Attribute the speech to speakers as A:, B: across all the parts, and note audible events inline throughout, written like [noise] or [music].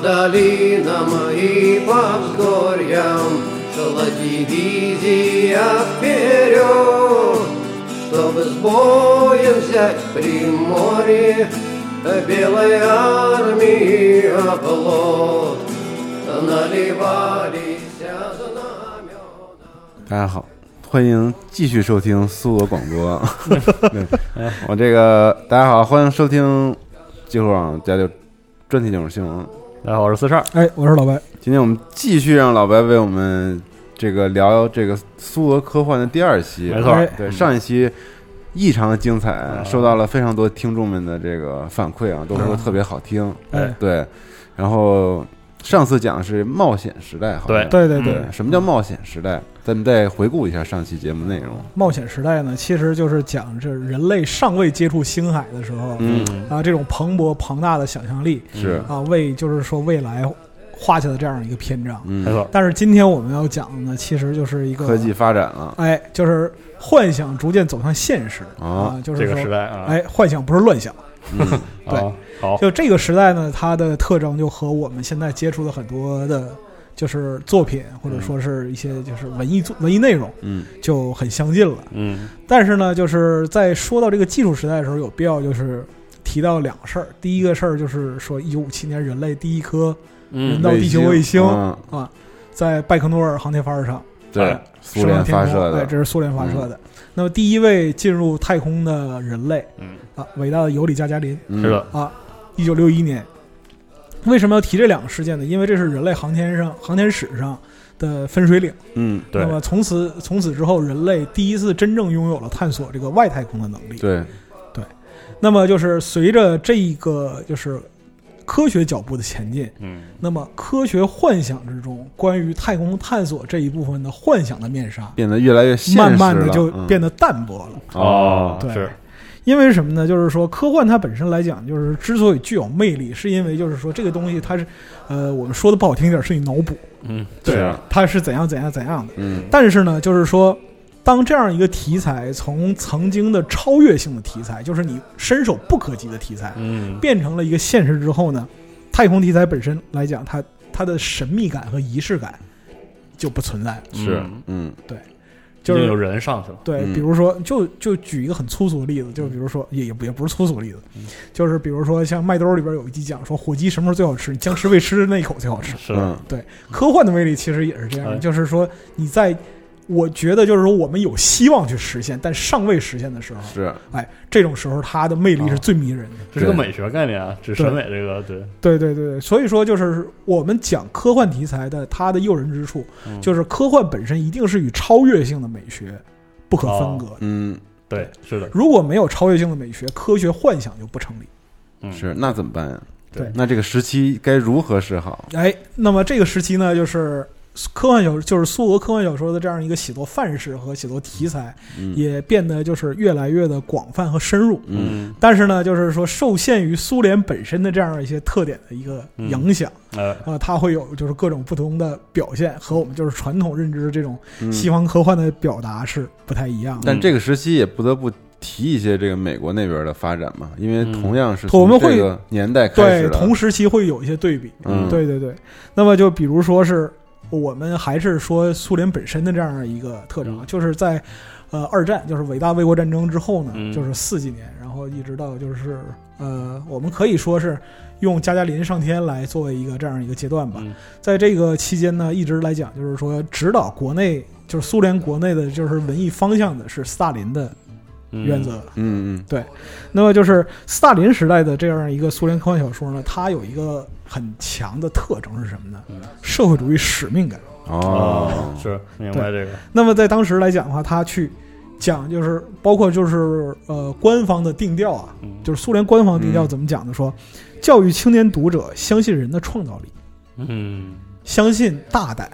A: долинам и по взгорьям Шла дивизия вперед Чтобы с боем взять Приморье Белой армии оплот Наливались знамена
B: 大家好，欢迎继续收听苏俄广
C: [laughs]
B: 播。对，我这个大家好，欢迎收听机会网加六专题节目新闻。
C: 大家好，我是四十二。
D: 哎，我是老白，
B: 今天我们继续让老白为我们这个聊这个苏俄科幻的第二期。
C: 没错嗯
D: 哎
B: 对上一期异常的精彩，受到了非常多听众们的这个反馈啊，都说特别好听。
C: 嗯
D: 哎，
B: 对，然后上次讲的是冒险时代，好像
C: 对
D: 对对对，
B: 什么叫冒险时代？咱们再回顾一下上期节目内容。
D: 冒险时代呢，其实就是讲这人类尚未接触星海的时候、
B: 嗯
D: 啊，这种蓬勃庞大的想象力
B: 是，
D: 啊，为就是说未来画下的这样一个篇章。
C: 没
B: 嗯，
C: 错，
D: 但是今天我们要讲的呢，其实就是一个
B: 科技，发展了，
D: 哎，就是幻想逐渐走向现实、
B: 哦
D: 啊，就是
C: 这
D: 说
C: 个时代啊，
D: 哎，幻想不是乱想。 [laughs]
B: 嗯，
D: 对
C: 啊，好，
D: 就这个时代呢，它的特征就和我们现在接触的很多的，就是作品或者说是一些就是文艺作文艺内容
B: 嗯，
D: 就很相近了。
C: 嗯，
D: 但是呢，就是在说到这个技术时代的时候，有必要就是提到两个事儿。第一个事儿就是说，一九五七年人类第一颗人
C: 嗯，
D: 造地球卫星
B: 嗯
D: 啊，在拜克诺尔航天发射场
B: 对
C: 哎，
B: 苏联
D: 升上
B: 发
D: 天
B: 射
D: 空，哎，
B: 的，嗯
D: 这是苏联发射的。那么第一位进入太空的人类
C: 嗯，
D: 啊，伟大的尤里加加林
B: 嗯
C: 是，的，
D: 啊，一九六一年。为什么要提这两个事件呢？因为这是人类航天上航天史上的分水岭。
B: 嗯，
C: 对
D: 那，么从此从此之后，人类第一次真正拥有了探索这个外太空的能力。
B: 对，
D: 那么就是随着这一个就是科学脚步的前进，
C: 嗯，
D: 那么科学幻想之中关于太空探索这一部分的幻想的面纱，
B: 变得越来越现实
D: 慢慢的
B: 了
D: 就
B: 嗯
D: 变得啊淡薄了。
B: 哦，
D: 对
C: 嗯是，
D: 因为什么呢？就是说，科幻它本身来讲，就是之所以具有魅力，是因为就是说这个东西它是，呃，我们说的不好听一点，是你脑补，
C: 嗯，
B: 是
C: 对，
B: 啊，
D: 它是怎样怎样怎样的。
B: 嗯，
D: 但是呢，就是说，当这样一个题材从曾经的超越性的题材，就是你伸手不可及的题材，
C: 嗯，
D: 变成了一个现实之后呢，太空题材本身来讲，它它的神秘感和仪式感就不存在了。
B: 是
C: 嗯，
B: 嗯，
D: 就
C: 已经有
D: 是
C: 人上去了，
D: 对，
B: 嗯
D: 比如说，就就举一个很粗俗的例子，
C: 嗯
D: 就是比如说，也也不也不是粗俗例子，就是比如说像麦兜里边有一集讲说火鸡什么时候最好吃，僵尸喂吃的那一口最好吃。
C: 是，
B: 嗯，
D: 科幻的威力其实也是这样的，
C: 哎
D: 就是说你在。我觉得就是说，我们有希望去实现，但尚未实现的时候，
B: 是，
D: 哎，这种时候它的魅力
C: 啊
D: 是最迷人的。
C: 这是个
B: 对
C: 美学概念啊，指审美这个，对，
D: 对对对，对所以说就是我们讲科幻题材的它的诱人之处，
C: 嗯
D: 就是科幻本身一定是与超越性的美学不可分割的。
B: 嗯，
C: 对，是的，
D: 如果没有超越性的美学，科学幻想就不成立。
C: 嗯，
B: 是，那怎么办呀？
D: 对
B: 那这个时期该如何是好？
D: 哎，那么这个时期呢，就是科幻小就是苏俄科幻小说的这样一个写作范式和写作题材，
B: 嗯，
D: 也变得就是越来越的广泛和深入。
B: 嗯，
D: 但是呢，就是说受限于苏联本身的这样一些特点的一个影响，
C: 呃，
D: 啊，它会有就是各种不同的表现，和我们就是传统认知的这种
B: 嗯
D: 西方科幻的表达是不太一样的。
B: 但这个时期也不得不提一些这个美国那边的发展嘛，因为
C: 嗯
B: 同样是
D: 我们
B: 从
D: 会
B: 这个年代开始
D: 对，
B: 的，
D: 同时期会有一些对比。
B: 嗯
D: 对对对。那么就比如说是我们还是说苏联本身的这样一个特征啊，
C: 嗯
D: 就是在呃二战，就是伟大卫国战争之后呢，
C: 嗯
D: 就是四几年，然后一直到就是呃，我们可以说是用加加林上天来作为一个这样一个阶段吧。
C: 嗯
D: 在这个期间呢，一直来讲就是说指导国内。就是苏联国内的，就是文艺方向的是斯大林的原，则，
B: 嗯嗯
D: 那么就是斯大林时代的这样一个苏联科幻小说呢，它有一个很强的特征是什么呢
C: 嗯？
D: 社会主义使命感。
C: 哦
B: 哦，，
C: 是明白这个，
D: 那么在当时来讲的话，它去讲就是包括就是呃官方的定调啊，
C: 嗯
D: 就是苏联官方定调
B: 嗯
D: 怎么讲呢？说教育青年读者相信人的创造力，
C: 嗯，
D: 相信大胆、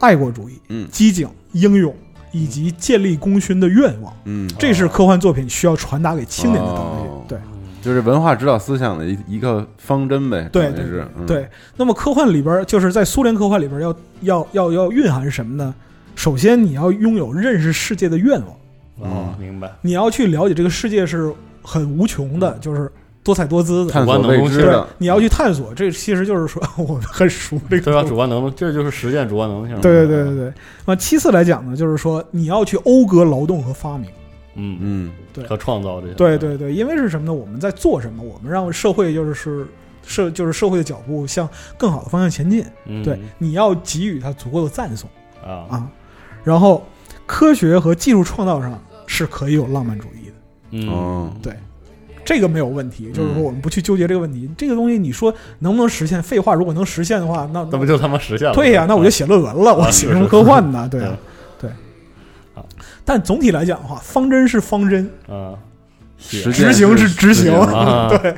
D: 爱国主义、
B: 嗯
D: 机警、英勇以及建立功勋的愿望，
B: 嗯，
D: 这是科幻作品需要传达给青年的东西
B: 哦。
D: 对。
B: 就是文化指导思想的一一个方针呗，
D: 对
B: 可能是，嗯，
D: 对，那么科幻里边儿就是在苏联科幻里边儿要要要要蕴含什么呢？首先，你要拥有认识世界的愿望，
C: 哦，明白，
D: 你要去了解这个世界是很无穷的，就是多彩多姿的。
B: 探索未知
D: 是
B: 的，
D: 你要去探索，这其实就是说 [laughs] 我们很熟这个
C: 对吧？啊
D: 东西
C: 主观能动，这就是实践主观能动性。
D: 对对对对对。那其次来讲呢，就是说你要去讴歌劳动和发明。
C: 嗯嗯，
B: 嗯
C: 和创造这些。
D: 对对对，因为是什么呢？我们在做什么？我们让社会就是社就是社会的脚步向更好的方向前进。
C: 嗯
D: 对，你要给予它足够的赞颂
C: 啊，
D: 啊。然后，科学和技术创造上是可以有浪漫主义的，
C: 嗯
B: 哦，
D: 这个没有问题。就是说，
B: 嗯
D: 我们不去纠结这个问题，这个东西你说能不能实现？废话，如果能实现的话，那
C: 那不就他妈实现了？
D: 对呀、那我就写论文了，我
C: 啊
D: 写
C: 是
D: 什么
C: 是
D: 科幻呢？对啊
C: 嗯，
D: 对
C: 好。
D: 但总体来讲的话，方针是方针，
C: 啊，
B: 实
D: 执行是执行
C: 啊，对，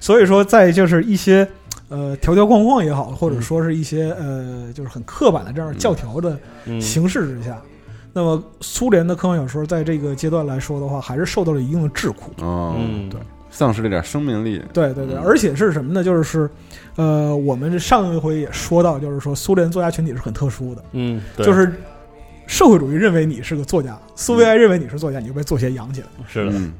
D: 所以说，在就是一些呃条条框框也好，或者
C: 嗯
D: 说是一些呃就是很刻板的这样教条的
C: 嗯
D: 形式之下，那么苏联的科幻小说在这个阶段来说的话，还是受到了一定的桎梏。
B: 哦，
C: 嗯，对，
B: 丧失了点生命力，
D: 对对对，
B: 嗯
D: 而且是什么呢？就是，呃，我们上一回也说到，就是说苏联作家群体是很特殊的，
C: 嗯，对
D: 就是社会主义认为你是个作家，苏维埃认为你是作家，你就被作协养起来。
C: 是的，
B: 嗯，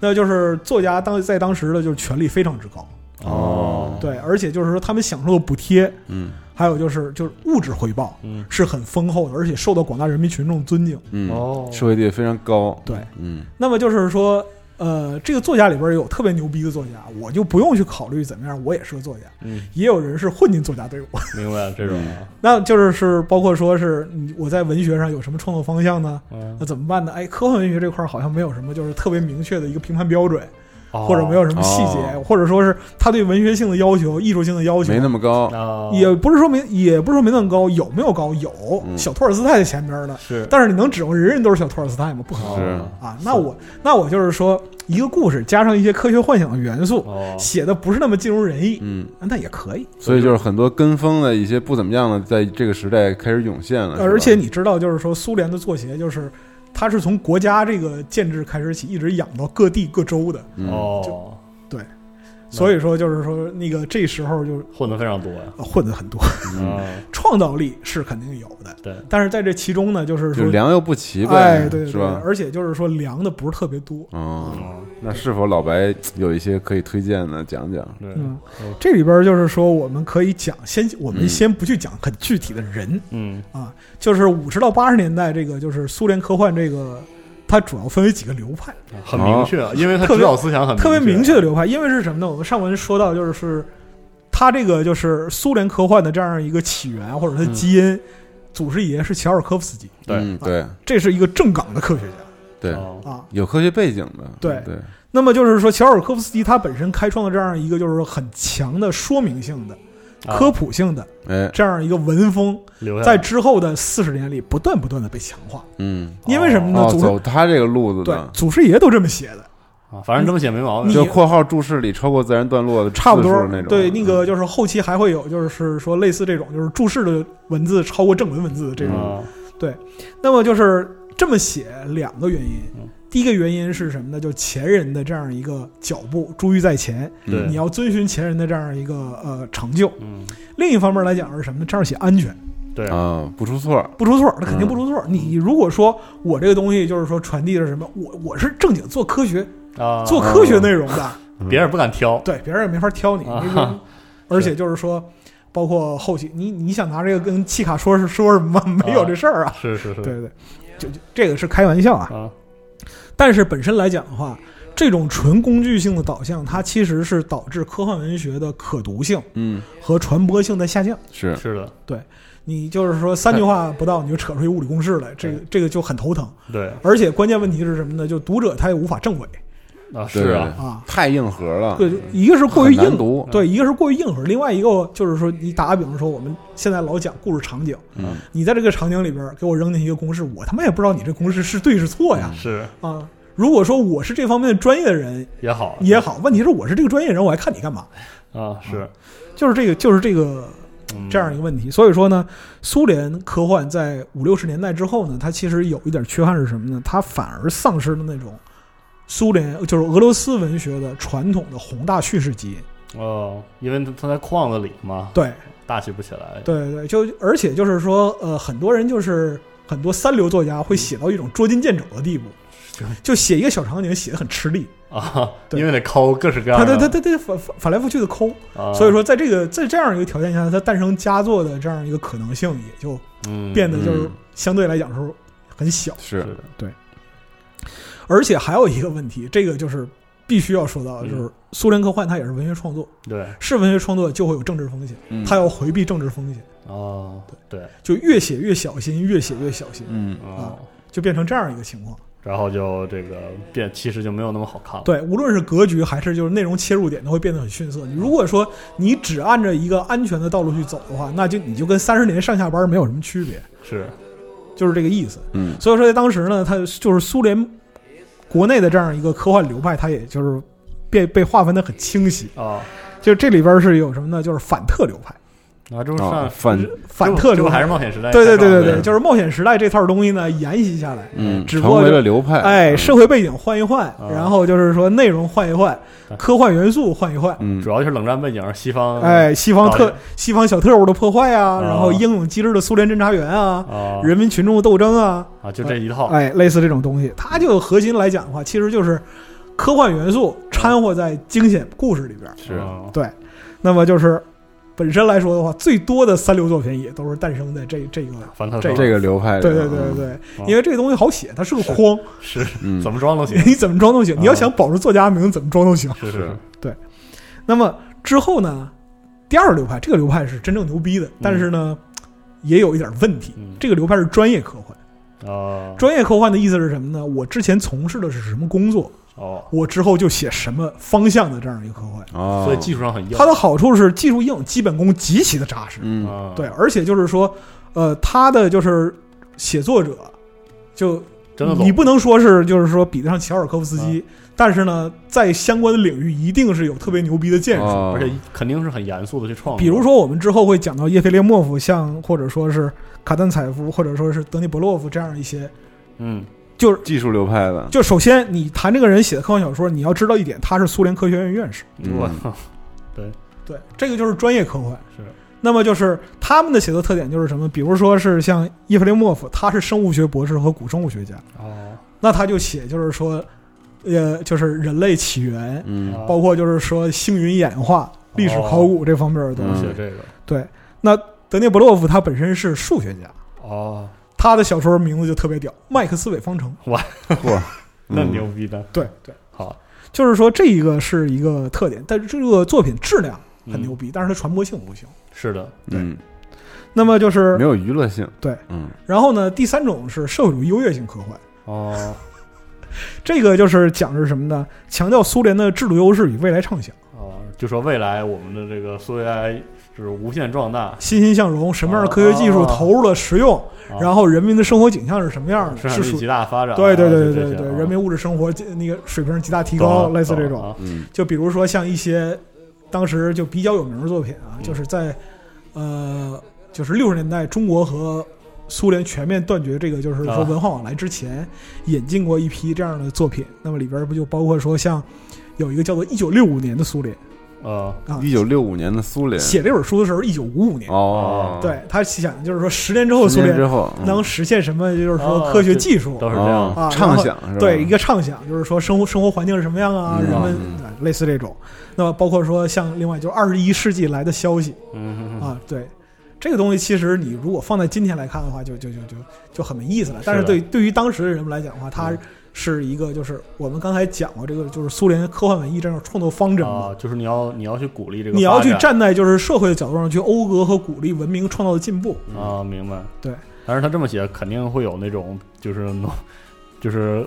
D: 那就是作家当在当时的就是权力非常之高，
C: 嗯
B: 哦，
D: 嗯对，而且就是说他们享受的补贴，
B: 嗯
D: 还有就是就是物质回报
C: 嗯，
D: 是很丰厚的，而且受到广大人民群众尊敬。
B: 嗯，
C: 哦，
B: 社会地位非常高，
D: 对，
B: 嗯
D: 那么就是说，呃，这个作家里边有特别牛逼的作家，我就不用去考虑怎么样，我也是个作家。
C: 嗯，
D: 也有人是混进作家队伍，
C: 明白这种啊，
D: 那就是是包括说是你我在文学上有什么创作方向呢？
C: 嗯
D: 那，怎么办呢？哎，科幻文学这块儿好像没有什么就是特别明确的一个评判标准，
C: 或
D: 或者没有什么细节，
B: 哦
D: 或者说是他对文学性的要求、艺术性的要求
B: 没那么高，
C: 啊，
D: 也不是说没，也不是说没那么高，有没有高？有，
B: 嗯
D: 小托尔斯泰在前边儿呢。
C: 是，
D: 但是你能指望人人都是小托尔斯泰吗？不可能
C: 哦
D: 啊！那我那我就是说，一个故事加上一些科学幻想的元素，
C: 哦，
D: 写的不是那么尽如人意，
B: 嗯，
D: 那也可以。
B: 所以就是很多跟风的一些不怎么样的，在这个时代开始涌现啊了，是吧
D: 呃而且你知道，就是说苏联的作协就是。它是从国家这个建制开始起，一直养到各地各州的，
B: 嗯
C: 哦，
D: 所以说就是说那个这时候就是
C: 混的非常多呀，
D: 呃混的很多， [laughs]
B: 嗯
C: 啊，
D: 创造力是肯定有的，
C: 对，
D: 但是在这其中呢，就是
B: 就
D: 说，
B: 良莠不齐呗，
D: 哎，对对
B: 是
D: 对，
B: 吧？
D: 而且就是说量的不是特别多，
B: 哦，
C: 哦，
B: 那是否老白有一些可以推荐的？讲讲，
C: 对，
D: 嗯，这里边儿就是说，我们可以讲先，我们
B: 哦嗯
D: 先不去讲很具体的人，啊
C: 嗯，
D: 就是五十到八十年代这个就是苏联科幻这个，它主要分为几个流派，
C: 很明确，啊因为他
D: 特别
C: 指导思想很
D: 特别明确
C: 确
D: 的流派，因为是什么呢？我们上文说到，就是是它这个就是苏联科幻的这样一个起源或者它的基因，祖师爷是乔尔科夫斯基，
C: 对
B: 嗯对
D: 这是一个正港的科学家
B: 对，
C: 哦
D: 啊。
B: 有科学背景的，
D: 对
B: 对，
D: 那么就是说，乔尔科夫斯基他本身开创了这样一个就是说很强的说明性的、
C: 啊
D: 科普性的
B: 哎，
D: 这样一个文风。
C: 留下
D: 在之后的四十年里，不断不断的被强化。
B: 嗯，
D: 因为什么呢？
B: 哦，
D: 祖师
B: 走他这个路子
D: 对
B: 的，
D: 祖师爷都这么写的，
C: 啊，反正这么写没毛病
D: 你
B: 就括号注释里超过自然段落的
D: 差不
B: 字
D: 多
B: 数那种，
D: 对，那个就是后期还会有，就是说类似这种，就是注释的文字超过正文文字的这种。
C: 啊，
D: 那么就是这么写，两个原因
C: 嗯。
D: 第一个原因是什么呢？就前人的这样一个脚步，珠玉在前，
B: 嗯
C: 对
D: 你要遵循前人的这样一个呃成就。
C: 嗯，
D: 另一方面来讲是什么呢？这样写安全，
C: 对
B: 嗯，啊，不出错，
D: 不出错，那肯定不出错。你如果说我这个东西就是说传递的是什么，我我是正经做科学，
C: 啊，
D: 做科学内容的，
C: 别人不敢挑，
D: 对，别人也没法挑你。
C: 啊
D: 那个而且就是说，包括后期，你你想拿这个跟契卡说是说什么？没有这事儿啊。
C: 是是是，
D: 对对，就就这个是开玩笑啊。
C: 啊，
D: 但是本身来讲的话，这种纯工具性的导向，它其实是导致科幻文学的可读性
B: 嗯，
D: 和传播性的下降。
B: 是，
C: 是的，
D: 你就是说三句话不到，你就扯出一物理公式来，这个这个就很头疼。
C: 对
D: 而且关键问题是什么呢？就读者他也无法证伪
C: 啊，
B: 对
C: 是啊，
D: 啊。
B: 太硬核了，
D: 对，一个是过
B: 很
D: 于
B: 难
D: 硬
B: 读嗯
D: 对，一个是过于硬核，另外一个就是说，你打个比方说，我们现在老讲故事场景，
B: 嗯
D: 你在这个场景里边儿给我扔进一个公式，我他妈也不知道你这公式是对是错呀
C: 是
B: 嗯
D: 啊！如果说我是这方面的专业的人
C: 也好
D: 也好，问题是我是这个专业人，我还看你干嘛？
C: 啊，是
D: 就是这个，就是这个
C: 嗯
D: 这样一个问题。所以说呢，苏联科幻在五六十年代之后呢，它其实有一点缺憾是什么呢？它反而丧失了那种苏联，就是俄罗斯文学的传统的宏大叙事基因。
C: 哦，因为他他在框子里嘛，
D: 对，
C: 大气不起来，
D: 对对，就而且就是说，呃，很多人就是很多三流作家会写到一种捉襟见肘的地步，就写一个小场景写的很吃力，
C: 啊，
D: 对
C: 因为得抠各式各
D: 他
C: 样的，
D: 他他他他反反来覆去的抠，
C: 啊
D: 所以说在这
B: 嗯
D: 个在这样一个条件下，它诞生佳作的这样一个可能性也就
C: 嗯
D: 变得就是
B: 嗯
D: 相对来讲是很小。
B: 是
C: 是的
D: 而且还有一个问题，这个就是必须要说到的，
C: 嗯
D: 就是苏联科幻它也是文学创作，
C: 对
D: 是文学创作就会有政治风险，
B: 嗯
D: 它要回避政治风险，
C: 哦对
D: 就越写越小心，越写越小心，
B: 嗯
C: 哦，
D: 就变成这样一个情况。
C: 然后就这个变，其实就没有那么好看了。
D: 对，无论是格局还是就是内容切入点，都会变得很逊色。你如果说你只按着一个安全的道路去走的话，那就你就跟三十年上下班没有什么区别，
C: 是
D: 就是这个意思。
B: 嗯
D: 所以说，在当时呢，它就是苏联国内的这样一个科幻流派，它也就是被被划分的很清晰。
C: 啊，
D: 就这里边是有什么呢？就是反特流派，
C: 啊，这不是
B: 啊
C: 上
B: 反
D: 反特
C: 这
D: 流
C: 不还
D: 派
C: 是。冒险时代开
D: 对
C: 创的？
D: 对对对
B: 对
D: 对，就是冒险时代这套东西呢沿袭下来，
B: 嗯，
D: 只不
B: 成
D: 过
B: 为
D: 就
B: 了流派，
D: 哎，
B: 嗯
D: 社会背景换一换
C: 啊，
D: 然后就是说内容换一换，科幻元素换一换，
B: 嗯
C: 主要就是冷战背景，西方
D: 哎，西方
C: 搞
D: 特
C: 这
D: 西方小特务的破坏啊，
C: 嗯啊
D: 然后英勇机智的苏联侦察员啊，
C: 啊
D: 人民群众的斗争啊，
C: 啊，就这一套
D: 哎，类似这种东西，它就核心来讲的话，其实就是科幻元素掺和在惊险故事里边儿。
B: 是
C: 啊
D: 对，那么就是本身来说的话，最多的三流作品也都是诞生在这这个。
C: 反特
D: 这
B: 嗯这个流派，
D: 对对对对，对，因为这个东西好写，它是个框，，
C: 啊是
B: 嗯，
C: 怎么装都行
B: [laughs]
D: 你怎么装都行。你要
C: 啊
D: 想保住作家名，怎么装都行。
C: 是
B: 是
C: 是
D: 那么之后呢，第二流派，这个流派是真正牛逼的，但是呢，也有一点问题。
C: 嗯
D: 这个流派是专业科幻，
C: 啊
D: 专业科幻的意思是什么呢？我之前从事的是什么工作，
C: 哦，
D: 我之后就写什么方向的这样一个科幻。
B: 哦，
C: 所以技术上很硬
D: 它的好处是技术硬，基本功极其的扎实，
B: 嗯
C: 啊
D: 对，而且就是说，呃，他的就是写作者，就
C: 真的懂嗯
D: 你不能说是就是说比得上乔尔科夫斯基，但是呢，在相关的领域一定是有特别牛逼的建树。
B: 哦
C: 而且肯定是很严肃的去创作，
D: 比如说，我们之后会讲到叶菲列莫夫，像或者说是卡赞采夫，或者说是德尼伯洛夫这样一些，
C: 嗯
D: 就是
B: 技术流派的，
D: 就首先你谈这个人写的科幻小说，你要知道一点，他是苏联科学院院士，
B: 嗯
C: 我
D: 对，这个就是专业科幻。
C: 是
D: 那么就是他们的写作特点就是什么？比如说是像叶菲列莫夫，他是生物学博士和古生物学家，
C: 哦
D: 那他就写就是说，呃，就是人类起源，
C: 啊
B: 嗯
D: 包括就是说星云演化、历史考古这方面的东西。
C: 写这个
D: 对，那德涅伯洛夫他本身是数学家，
C: 哦，
D: 他的小说名字就特别屌，《麦克斯韦方程》。
B: 嚯，
C: 那
B: 嗯
C: 牛逼的
D: 对对，
C: 好
D: 就是说这一个是一个特点，但是这个作品质量很
C: 嗯
D: 牛逼，但是它传播性不行。
C: 是的
B: 嗯，
D: 那么就
B: 没
D: 是，
B: 有娱乐性，
D: 对，
B: 嗯
D: 然后呢，第三种是社会主义优越性科幻，
C: 哦
D: 这个就是讲的是什么呢？强调苏联的制度优势与未来畅想，
C: 哦，就说未来我们的这个苏维埃就是无限壮大，啊
D: 欣欣向荣，什么样的科学技术
C: 哦
D: 投入了实用，
C: 啊
D: 然后人民的生活景象是什么样的？
C: 生
D: 是
C: 产力
D: 属
C: 极大发展啊，
D: 对对对
C: 就这
D: 对
C: 些
D: 对，
C: 啊
D: 人民物质生活那个水平极大提
C: 懂
D: 高，
C: 了
D: 类似
C: 懂
D: 这
C: 了
D: 种。
C: 啊
B: 嗯
D: 就比如说像一些当时就比较有名的作品
B: 嗯
D: 啊，就是在呃，就是六十年代中国和苏联全面断绝这个就是说
C: 啊
D: 文化往来之前，引进过一批这样的作品。那么里边不就包括说像有一个叫做《一九六五年的苏联
C: 呃》
D: 啊，
B: 一九六五年的苏联，
D: 写这本书的时候一九五五年，
B: 哦，
D: 对他想的就是说十年之后
B: 十
D: 苏
B: 年
D: 联
B: 之后嗯
D: 能实现什么，就是说
C: 哦
D: 科学
C: 这
D: 技术。
C: 都是这样
B: 哦
C: 啊
D: 啊
B: 畅想是吧？
D: 对一个畅想，就是说生活生活环境是什么样啊，
B: 嗯
D: 人们、
B: 嗯
D: 啊类似这种。那么包括说像另外就是二十一世纪来的消息
C: 嗯
D: 啊，对这个东西，其实你如果放在今天来看的话，就就就就就很没意思了。但是
C: 是的
D: 对对于当时的人们来讲的话，它
C: 嗯
D: 是一个就是我们刚才讲过这个就是苏联科幻文艺这样创作方针嘛。
C: 啊，就是你要你要去鼓励这个发展，
D: 你要去站在就是社会的角度上去讴歌和鼓励文明创造的进步，
C: 啊，明白。
D: 对，
C: 但是他这么写肯定会有那种就是农， [laughs] 就是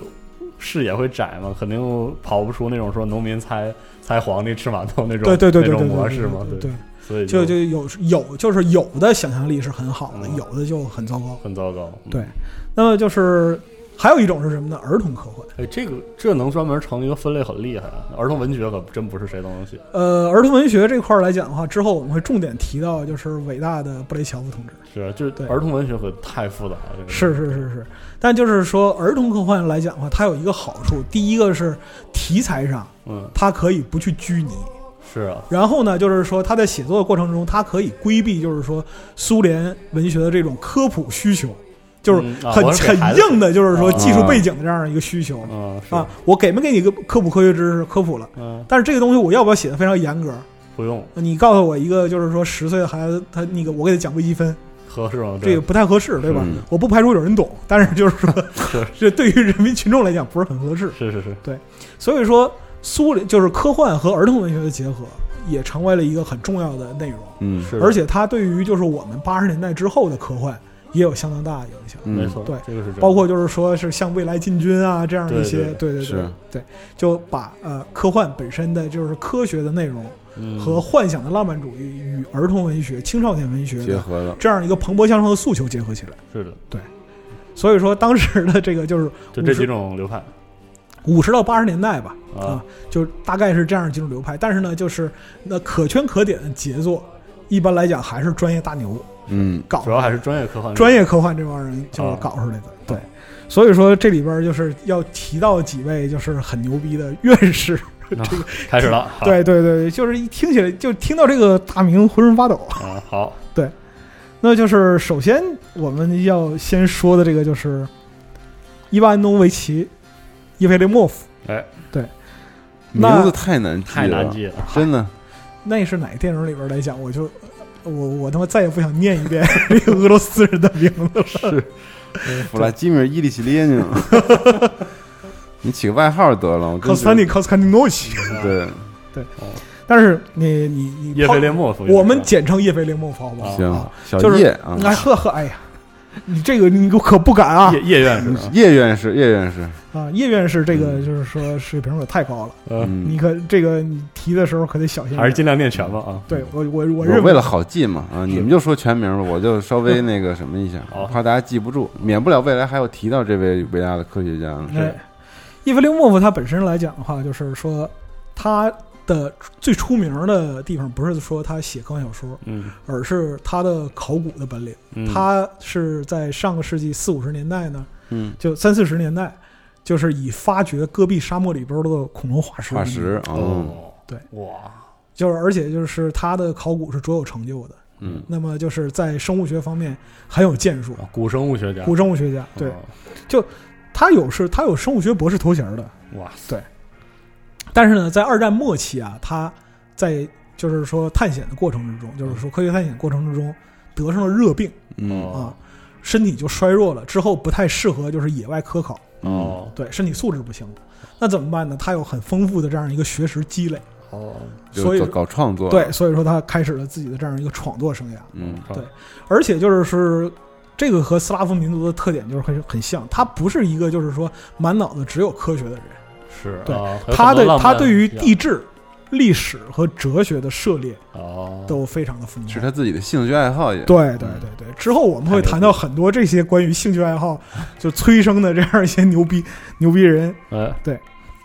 C: 视野会窄嘛，肯定跑不出那种说农民猜猜皇帝吃馒头那种
D: 对对对对
C: 那
D: 对
C: 种
D: 对
C: 模
D: 对
C: 式嘛，
D: 对对，
C: 所以
D: 就就有有就是有的想象力是很好的，
C: 嗯
D: 有的就很糟糕。
C: 很糟糕。嗯
D: 对，那么就是还有一种是什么呢？儿童科幻。
C: 哎，这个这能专门成一个分类，很厉害啊。儿童文学可真不是谁都能写
D: 呃，儿童文学这块儿来讲的话，之后我们会重点提到，就是伟大的布雷乔夫同志。
C: 是吧就是
D: 对
C: 儿童文学可太复杂了。这个
D: 是是是是，但就是说儿童科幻来讲的话，它有一个好处，第一个是题材上
C: 嗯，
D: 它可以不去拘泥，
C: 是啊，
D: 然后呢，就是说他在写作的过程中，他可以规避就是说苏联文学的这种科普需求。就是
C: 嗯啊
D: 很
C: 我是给
D: 很
C: 孩子
D: 硬的，就是说
C: 啊
D: 技术背景的这样一个需求
C: 嗯是
D: 啊。我给没给你个科普科学知识科普了？
C: 嗯
D: 但是这个东西我要不要写的非常严格？
C: 不用
D: 你告诉我一个就是说十岁的孩子，他那个我给他讲微积分，
C: 合适吗？
D: 这个不太合适，对吧？
B: 嗯
D: 我不排除有人懂，但是就是说，
C: [laughs] 是
D: 这对于人民群众来讲不是很合适。
C: 是是是，
D: 所以说，苏联就是科幻和儿童文学的结合，也成为了一个很重要的内容。
B: 嗯
C: 是的
D: 而且它对于就是我们八十年代之后的科幻也有相当大的影响，
B: 嗯
C: 没错，
D: 对
C: 这个是真的
D: 包括就是说是向未来进军啊这样一些，对对对
B: 是
D: 对，就把呃科幻本身的就是科学的内容
C: 嗯
D: 和幻想的浪漫主义与儿童文学、青少年文学
B: 结
D: 的
B: 合了，
D: 这样一个蓬勃向上的诉求结合起来。
C: 是的，
D: 所以说，当时的这个就是
C: 就这
D: 50
C: 几种流派
D: 哦五十到八十年代吧，啊
C: 啊，
D: 就大概是这样几种流派。但是呢，就是那可圈可点的杰作，一般来讲还是专业大牛
B: 嗯
D: 搞的，
C: 主要还是专业科幻，
D: 专业科幻这帮人就是
C: 啊
D: 搞出来的。对，所以说这里边就是要提到几位就是很牛逼的院士。
C: [laughs] 开始了，好
D: [laughs] 对对对，就是一听起来就听到这个大名浑身发抖。
C: 啊，好，
D: 那就是首先我们要先说的这个就是伊万诺维奇、伊菲利莫夫，
C: 哎，
B: 名
D: 那
B: 字太难记
C: 太难
B: 了，
C: 记了，
D: 啊
B: 真的
D: 那是哪个电影里边来讲？我就我我他妈再也不想念一遍 [laughs] 这个俄罗斯人的名字了。
B: 弗拉基米尔·伊里奇列
D: [laughs]
B: 宁，你起个外号得了，我
D: 康
B: 真
D: 斯坦尼
B: 是
D: 康斯坦尼诺维奇，
B: 对，
D: 但是你你你，
C: 叶菲列莫夫，
D: 我们简称叶菲列莫夫好不好？
B: 行
D: 啊，
B: 小
D: 就是
B: 叶啊，
D: 哎呵呵，哎呀，你这个你可不敢啊
C: 叶叶院士啊，
B: 叶院士，叶院士，
D: 啊！叶院士这个就是说水平可太高了，
C: 嗯，
B: 嗯
D: 你，可这个你提的时候可得小心点。
C: 还是尽量念全吧啊，
D: 对我我我
B: 我
D: 认
B: 为了好记嘛啊，你们就说全名吧，我就稍微那个什么一下
C: 好，
B: 怕大家记不住，免不了未来还要提到这位伟大的科学家呢。
D: 哎，叶菲利莫夫他本身来讲的话，就是说他的最出名的地方不是说他写科幻小说，
C: 嗯，
D: 而是他的考古的本领。
C: 嗯
D: 他是在上个世纪四五十年代呢，
B: 嗯，
D: 就三四十年代，就是以发掘戈壁沙漠里边的恐龙化石，
B: 化石，哦，
D: 嗯
C: 哦，
D: 对，
C: 哇，
D: 就是而且就是他的考古是卓有成就的。
B: 嗯，
D: 那么就是在生物学方面很有建树，
C: 啊古生物学家，
D: 古生物学家，对
C: 哦，
D: 他有是，他有生物学博士头衔的。
C: 哇，
D: 但是呢，在二战末期啊，他在就是说探险的过程之中，就是说科学探险过程之中得上了热病
B: 嗯，
D: 啊
C: 哦，
D: 身体就衰弱了，之后不太适合就是野外科考，
B: 哦，
C: 哦
D: 对，身体素质不行了。那怎么办呢？他有很丰富的这样一个学识积累，
C: 哦，
D: 所
B: 就
D: 以
B: 做搞创作，
C: 啊
D: 对，，所以说他开始了自己的这样一个闯舵生涯。
B: 嗯，
D: 对而且就是是这个和斯拉夫民族的特点就是很很像，他不是一个就是说满脑子只有科学的人，
C: 是
D: 对
C: 啊还有
D: 他
C: 很多
D: 的
C: 浪
D: 他
C: 漫
D: 对于
C: 一样
D: 地质、历史和哲学的涉猎
C: 哦
D: 都非常的丰富
B: 啊是。他自己的嗯兴趣爱好也，
D: 对对对对，之后我们会谈到很多这些关于兴趣爱好就催生的这样一些牛逼 [laughs] 牛逼人。
C: 哎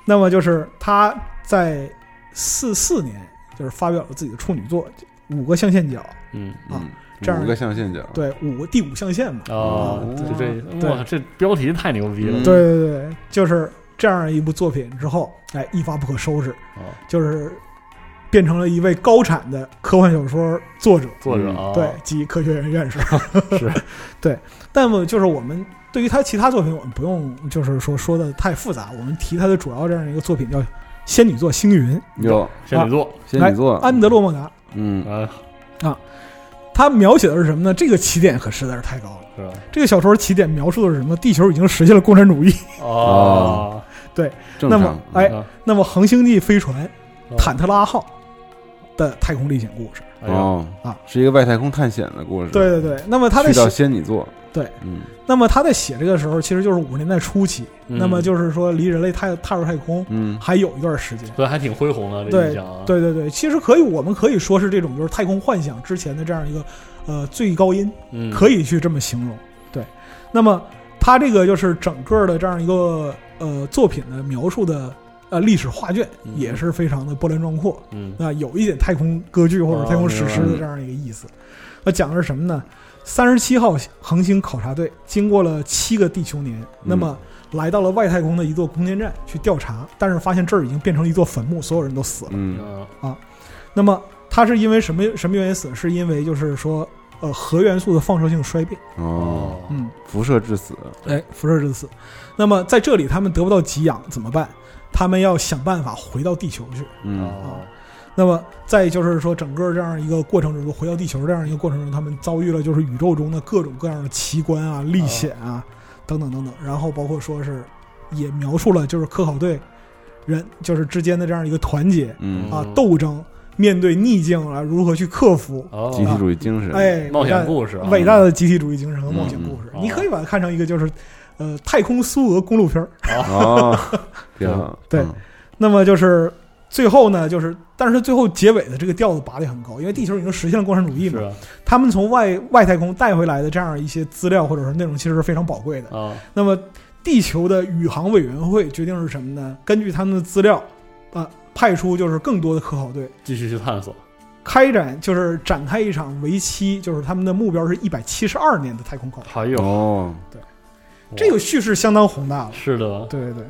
D: 那么就是他在四四年就是发表了自己的处女作《五个象限角》，
C: 嗯
B: 嗯，
D: 这样
B: 五个象限角，
D: 对五个第五象限嘛。
C: 哦
B: 哦，
C: 就这
D: 啊对
C: 哇，这标题太牛逼了
B: 嗯
D: 对对对，就是这样一部作品之后，哎，一发不可收拾，
C: 哦，
D: 就是变成了一位高产的科幻小说作者。
C: 作者
B: 嗯
C: 啊，
D: 对，及科学院
B: [laughs]
D: 院士 [laughs]
C: 是，
D: 对。但么就是我们对于他其他作品，我们不用就是说说的太复杂，我们提他的主要这样一个作品叫《仙女座星云》，
B: 有
C: 仙女座，
B: 仙女座，
D: 安德，洛莫达。
B: 嗯，
C: 啊，
D: 他描写的是什么呢？这个起点可实在是太高了。
C: 是吧？
D: 这个小说起点描述的是什么？地球已经实现了共产主义，
B: 啊
C: 哦，
B: 正
D: 那
B: 常，嗯
D: 么哎，
C: 啊
D: 那么恒星际飞船
C: 哦
D: 坦特拉号的太空历险故事。
C: 哎呀，
B: 哦
D: 啊，
B: 是一个外太空探险的故事，
D: 对对对，那么他在
B: 去到
D: 写，
B: 仙女座，
D: 对，
B: 嗯，
D: 那么他在写这个时候，其实就是五十年代初期，
C: 嗯
D: 那么就是说离人类踏踏入太空
B: 嗯，
D: 还有一段时间。
C: 所以还挺恢宏的这
D: 对
C: 一讲啊，
D: 对对对，其实可以，我们可以说是这种就是太空幻想之前的这样一个呃最高音，
C: 嗯，
D: 可以去这么形容。对，那么他这个就是整个的这样一个呃作品的描述的呃历史画卷
C: 嗯
D: 也是非常的波澜壮阔，
C: 嗯，
D: 那有一点太空歌剧或者
C: 哦
D: 太空史诗
B: 明
D: 的
B: 白
D: 这样一个意思。那讲的是什么呢？三十七号恒星考察队经过了七个地球年，
B: 嗯
D: 那么来到了外太空的一座空间站去调查，但是发现这儿已经变成了一座坟墓，所有人都死了。
B: 嗯，
C: 嗯
D: 那么他是因为什么什么原因死？是因为就是说呃核元素的放射性衰变，
B: 哦，
D: 嗯，
B: 辐射致死，
D: 哎，辐射致死。那么在这里他们得不到给养怎么办？他们要想办法回到地球去。
B: 嗯
C: 哦，
D: 那么再就是说，整个这样一个过程中，回到地球这样一个过程中，他们遭遇了就是宇宙中的各种各样的奇观啊、历险啊，等等等等。然后包括说是也描述了就是科考队人就是之间的这样一个团结
B: 嗯，
D: 啊
C: 嗯、
D: 斗争，面对逆境啊如何去克服。
C: 哦
B: 集体主义精神，
D: 哎，
C: 冒
D: 伟大
C: 险故事啊，
D: 伟大的集体主义精神和冒险
B: 嗯嗯
D: 故事，
C: 哦
D: 你可以把它看成一个就是，呃，太空苏俄公路片儿。 [laughs]
B: 哦，挺好，
D: 对
B: 嗯
D: 那么就是最后呢，就是但是最后结尾的这个调子拔得很高，因为地球已经实现了共产主义
C: 是
D: 嘛，
C: 啊
D: 他们从外外太空带回来的这样一些资料或者说内容，其实是非常宝贵的。
C: 啊，
D: 那么地球的宇航委员会决定是什么呢？根据他们的资料，啊、派出就是更多的科考队。
C: 继续去探索，
D: 开展就是展开一场为期，就是他们的目标是一百七十二年的太空考察，
C: 还有
B: 哦，
D: 这个叙事相当宏大了。
C: 哎是的，
D: 对对对，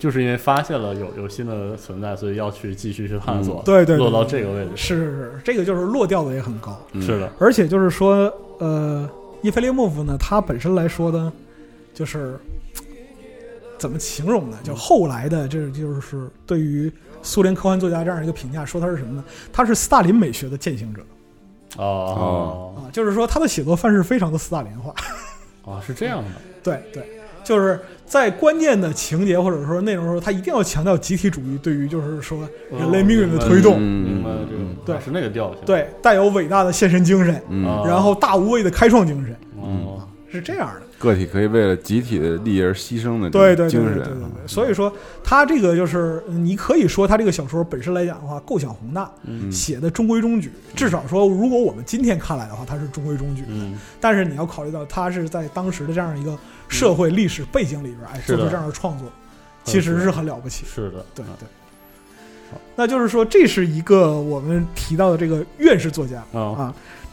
C: 就是因为发现了有有新的存在，所以要去继续去探索，
D: 嗯对对对
C: 落到这个位置，
D: 是是是，这个就是落调的也很高，
B: 嗯
C: 是，的，
D: 而且就是说，呃，叶菲列莫夫呢，他本身来说呢，就是怎么形容呢？就后来的这就是对于苏联科幻作家这样一个评价，说他是什么呢？他是斯大林美学的践行者
C: 哦
D: 啊，就是说他的写作范式非常的斯大林化。 [laughs]
C: 哦，是这样的，
D: 对对，就是在关键的情节或者说内容的时候，他一定要强调集体主义对于就是说人类命运的推动，
B: 嗯
C: 明白了这个，
D: 对
C: 啊是那个调性，
D: 对，带有伟大的献身精神，
B: 嗯，
C: 啊
D: 然后大无畏的开创精神。
C: 哦，
D: 是这样的，
B: 个体可以为了集体的利益而牺牲的
D: 对
B: 这种
D: 对对
B: 精
D: 对
B: 神啊
D: 对对对，所以说他这个就是，你可以说他这个小说本身来讲的话，构想宏大，
B: 嗯
D: 写的中规中矩，至少说如果我们今天看来的话，它是中规中矩。
C: 嗯，
D: 但是你要考虑到，它是在当时的这样一个社会历史背景里边，哎，
C: 是
D: 做
C: 的
D: 出这样的创作，其实是很了不起。
C: 是的，
D: 对
C: 啊
D: 对。那就是说，这是一个我们提到的这个院士作家
C: 哦
D: 啊。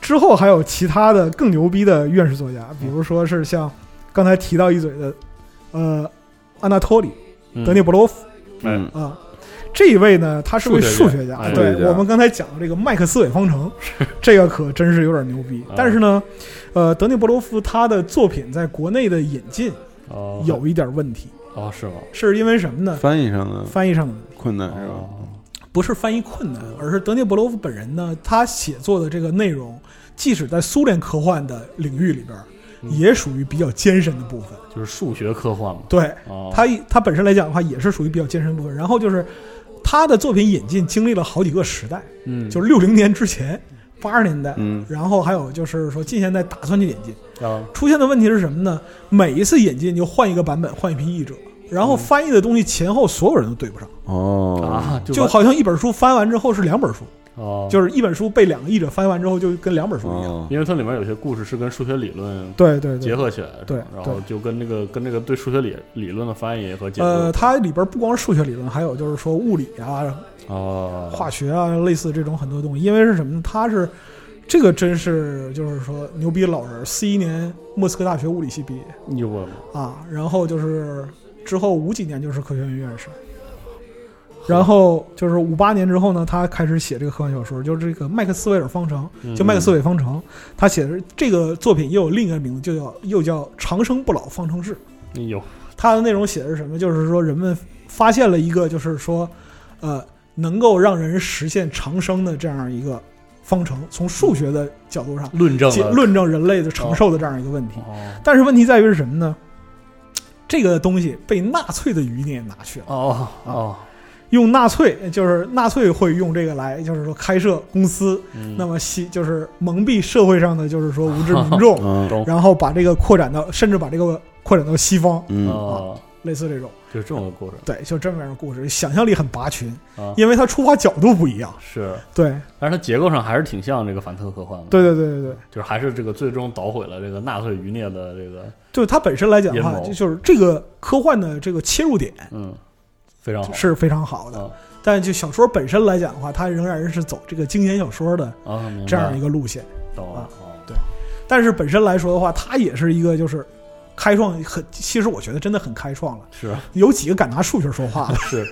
D: 之后还有其他的更牛逼的院士作家，比如说是像刚才提到一嘴的，呃，安娜托里
C: 嗯哎
D: 德涅伯罗夫
B: 嗯
D: 啊。这一位呢，他是位数
C: 数
D: 学
C: 学
D: 家
C: 家。哎
B: 数学
D: 对
B: 家
D: 我们刚才讲的这个麦克斯韦方程， [laughs] 这个可真是有点牛逼
C: 啊。
D: 但是呢，呃，德涅伯罗夫他的作品在国内的引进
C: 哦
D: 有一点问题，
C: 哦是吗？
D: 是因为什么呢？
B: 翻译上的
D: 翻译上的问题
B: 困难是吧？
C: 哦
D: 不是翻译困难，而是德涅伯罗夫本人呢，他写作的这个内容，即使在苏联科幻的领域里边儿，
C: 嗯
D: 也属于比较艰深的部分。
C: 就是数学科幻嘛，
D: 对
C: 哦，
D: 他，他本身来讲的话，也是属于比较艰深的部分。然后就是他的作品引进经历了好几个时代，
C: 嗯，
D: 就是六零年之前、八十年代，
B: 嗯
D: 然后还有就是说近现代打算去引进，
C: 啊
D: 出现的问题是什么呢？每一次引进就换一个版本，换一批译者，然
C: 嗯
D: 后翻译的东西前后所有人都对不上，
B: 哦，
C: 啊，
D: 就
C: 完
D: 好像一本书翻完之后是两本书。
C: 哦，
D: 就是一本书被两个译者翻完之后，就跟两本书一样。
B: 哦，
C: 因为它里面有些故事是跟数学理论
D: 对对
C: 结
D: 对，
C: 合起来的，
D: 对
C: 然后就跟那个跟那个对数学理理论的翻译和解
D: 呃，
C: 读，
D: 它里边不光是数学理论，还有就是说物理啊、
C: 哦，
D: 化学啊，类似这种很多东西。因为是什么呢？它是这个真是就是说牛逼老人，四一年莫斯科大学物理系毕业
C: 你我
D: 啊，然后就是之后五几年就是科学院院士。然后就是五八年之后呢，他开始写这个科幻小说，就是这个麦克斯韦尔方程，
C: 嗯
D: 就麦克斯韦方程，他写的这个作品又有另一个名字，就叫又叫《长生不老方程式》。
C: 有
D: 它的内容写的是什么？就是说人们发现了一个，就是说，呃，能够让人实现长生的这样一个方程，从数学的角度上
C: 论证
D: 解
C: 了
D: 论证人类的长寿的这样一个问题。
C: 哦
D: 但是问题在于是什么呢？这个东西被纳粹的余孽拿去了，
C: 哦哦，
D: 用纳粹就是纳粹会用这个来，就是说开设公司，
C: 嗯
D: 那么吸就是蒙蔽社会上的就是说无知民
C: [laughs]
D: 众，
B: 嗯
C: 懂
D: 然后把这个扩展到，甚至把这个扩展到西方，
B: 嗯
C: 哦，
D: 类似这种，
C: 就是这么个故事
D: 对，就这么样的故事，想象力很拔群，
C: 啊，
D: 因为它出发角度不一样。
C: 是，
D: 对，
C: 但是它结构上还是挺像这个反特科幻的，
D: 对，对，对，对，对，
C: 就是还是这个最终捣毁了这个纳粹余孽的这个，
D: 就是它本身来讲的话
C: 阴，谋
D: 就就是这个科幻的这个切入点
C: 嗯，非常好，
D: 是非常好的，
C: 啊
D: 但就小说本身来讲的话，它仍然是走这个经典小说的
C: 啊，明白
D: 这样一个路线。
C: 懂了
D: 啊，
C: 哦
D: 但是本身来说的话，它也是一个就是开创很，其实我觉得真的很开创了，
C: 是
D: 有几个敢拿数学说话的。
C: 是，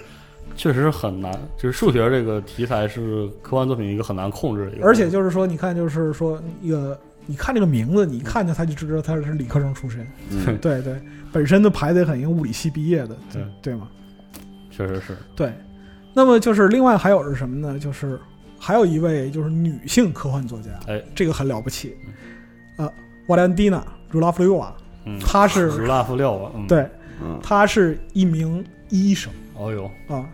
C: 确实很难。就是数学这个题材是科幻作品一个很难控制的一个东西，
D: 而且就是说，你看，就是说一个你看这个名字，你一看见他就知道他是理科生出身。
B: 嗯
D: [laughs] 对对，本身的排得很，因为物理系毕业的，
C: 对
D: 对吗？
C: 确实是，
D: 对。那么就是另外还有是什么呢？就是还有一位就是女性科幻作家，
C: 哎，
D: 这个很了不起，呃，瓦莱安蒂娜·茹拉夫略娃，
C: 嗯，
D: 她是
C: 如拉夫廖吧，嗯，，
D: 对，
B: 嗯
D: 她是一名医生
C: 哦呦，
D: 啊。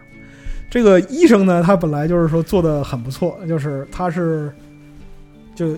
D: 这个医生呢，他本来就是说做的很不错，就是他是就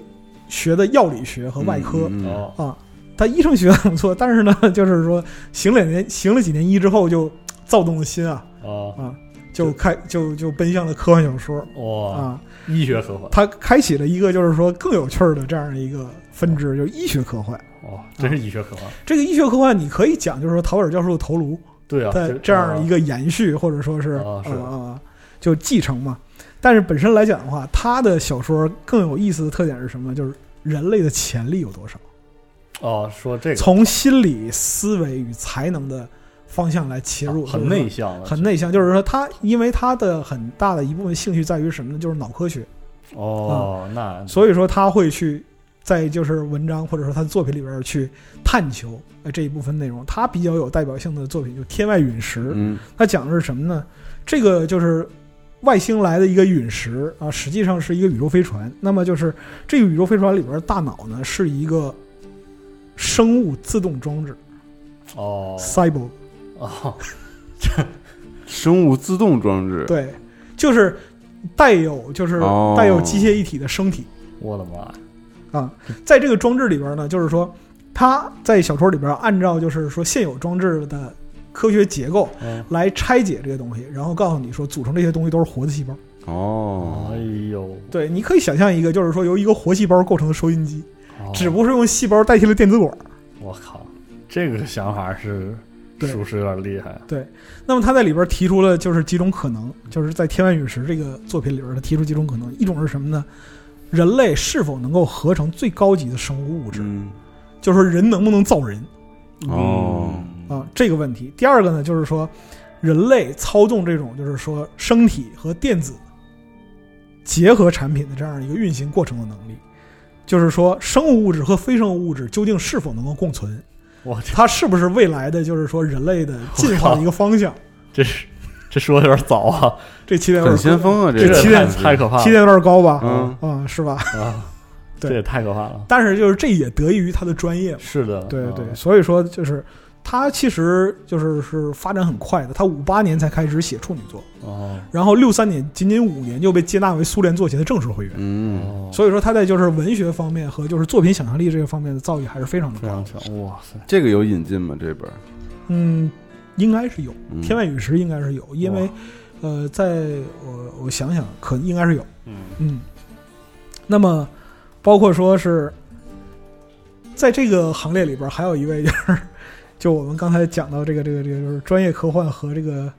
D: 学的药理学和外科，
B: 嗯嗯
C: 哦，
D: 啊，他医生学的很不错，但是呢，就是说行了年行了几年医之后就躁动了心啊，
C: 哦，
D: 就开就就奔向了科幻小说
C: 哇，
D: 啊，
C: 医学科幻，
D: 他开启了一个就是说更有趣儿的这样一个分支，就是医学科幻。
C: 哦，
D: 啊
C: 真是医学科幻，
D: 这个医学科幻你可以讲就是说陶尔教授的头颅
C: 对啊，
D: 的这样一个延续，或者说是
C: 啊
D: 啊
C: 是
D: 啊啊就继承嘛。但是本身来讲的话，他的小说更有意思的特点是什么？就是人类的潜力有多少。
C: 哦，说这个
D: 从心理、思维与才能的方向来切入，
C: 哦很
D: 就是
C: 内
D: 说，
C: 向了，
D: 很内向。就是说他，因为他的很大的一部分兴趣在于什么呢？就是脑科学，
C: 哦，那
D: 啊所以说他会去在就是文章或者说他的作品里边去探求呃这一部分内容。他比较有代表性的作品就《天外陨石》，
B: 嗯
D: 他讲的是什么呢？这个就是外星来的一个陨石啊，实际上是一个宇宙飞船。那么就是这个宇宙飞船里边的大脑呢是一个生物自动装置
C: 哦
D: cyborg。
C: 哦，
B: 生物自动装置，
D: 对，就是带有就是
B: 哦
D: 带有机械一体的生体，
C: 我的妈呀，
D: 啊在这个装置里边呢，就是说它在小说里边按照就是说现有装置的科学结构
C: 嗯
D: 来拆解这个东西，然后告诉你说组成这些东西都是活的细胞。
B: 哦
C: 哎，呦，
D: 对，你可以想象一个就是说由一个活细胞构成的收音机，
C: 哦
D: 只不过是用细胞代替了电子管。
C: 我靠，这个想法是
D: 对
C: 属实有点厉害，
D: 那么他在里边提出了就是几种可能，就是在《天外陨石》这个作品里边，他提出几种可能，一种是什么呢？人类是否能够合成最高级的生物物质？
B: 嗯
D: 就是说人能不能造人
B: 哦
C: 嗯
D: 啊这个问题。第二个呢，就是说人类操纵这种就是说生体和电子结合产品的这样一个运行过程的能力，就是说生物物质和非生物物质究竟是否能够共存，
C: 我这
D: 它是不是未来的就是说人类的进化的一个方向？
C: 这是这说的有点早啊，
D: 这期待有
B: 很
D: 点
B: 先
D: 高
B: 锋啊，
C: 这
B: 个
C: 也
D: 期
C: 太
D: 待
C: 太可怕
D: 期
C: 了
D: 待有点高吧？
B: 嗯
D: 啊，是吧？
C: 啊，
D: 对
C: 这也太可怕了，
D: 但是就是这也得益于它的专业嘛
C: 是的，
D: 对对，
C: 啊
D: 所以说就是他其实就是是发展很快的，他五八年才开始写处女作，
C: 哦
D: 然后六三年仅仅五年就被接纳为苏联作协的正式会员。
B: 嗯，
C: 哦，
D: 所以说他在就是文学方面和就是作品想象力这个方面的造诣还是非常的
C: 非
D: 高
C: 常。强，哇塞，
B: 这个有引进吗？这本
D: 嗯，应该是有
B: 嗯
D: 《天外陨石》，应该是有，因为
C: 哇
D: 呃，在我我想想，可应该是有。
C: 嗯，
D: 嗯，那么包括说是在这个行列里边，还有一位就是，就我们刚才讲到这个这个这个就是专业科幻和这个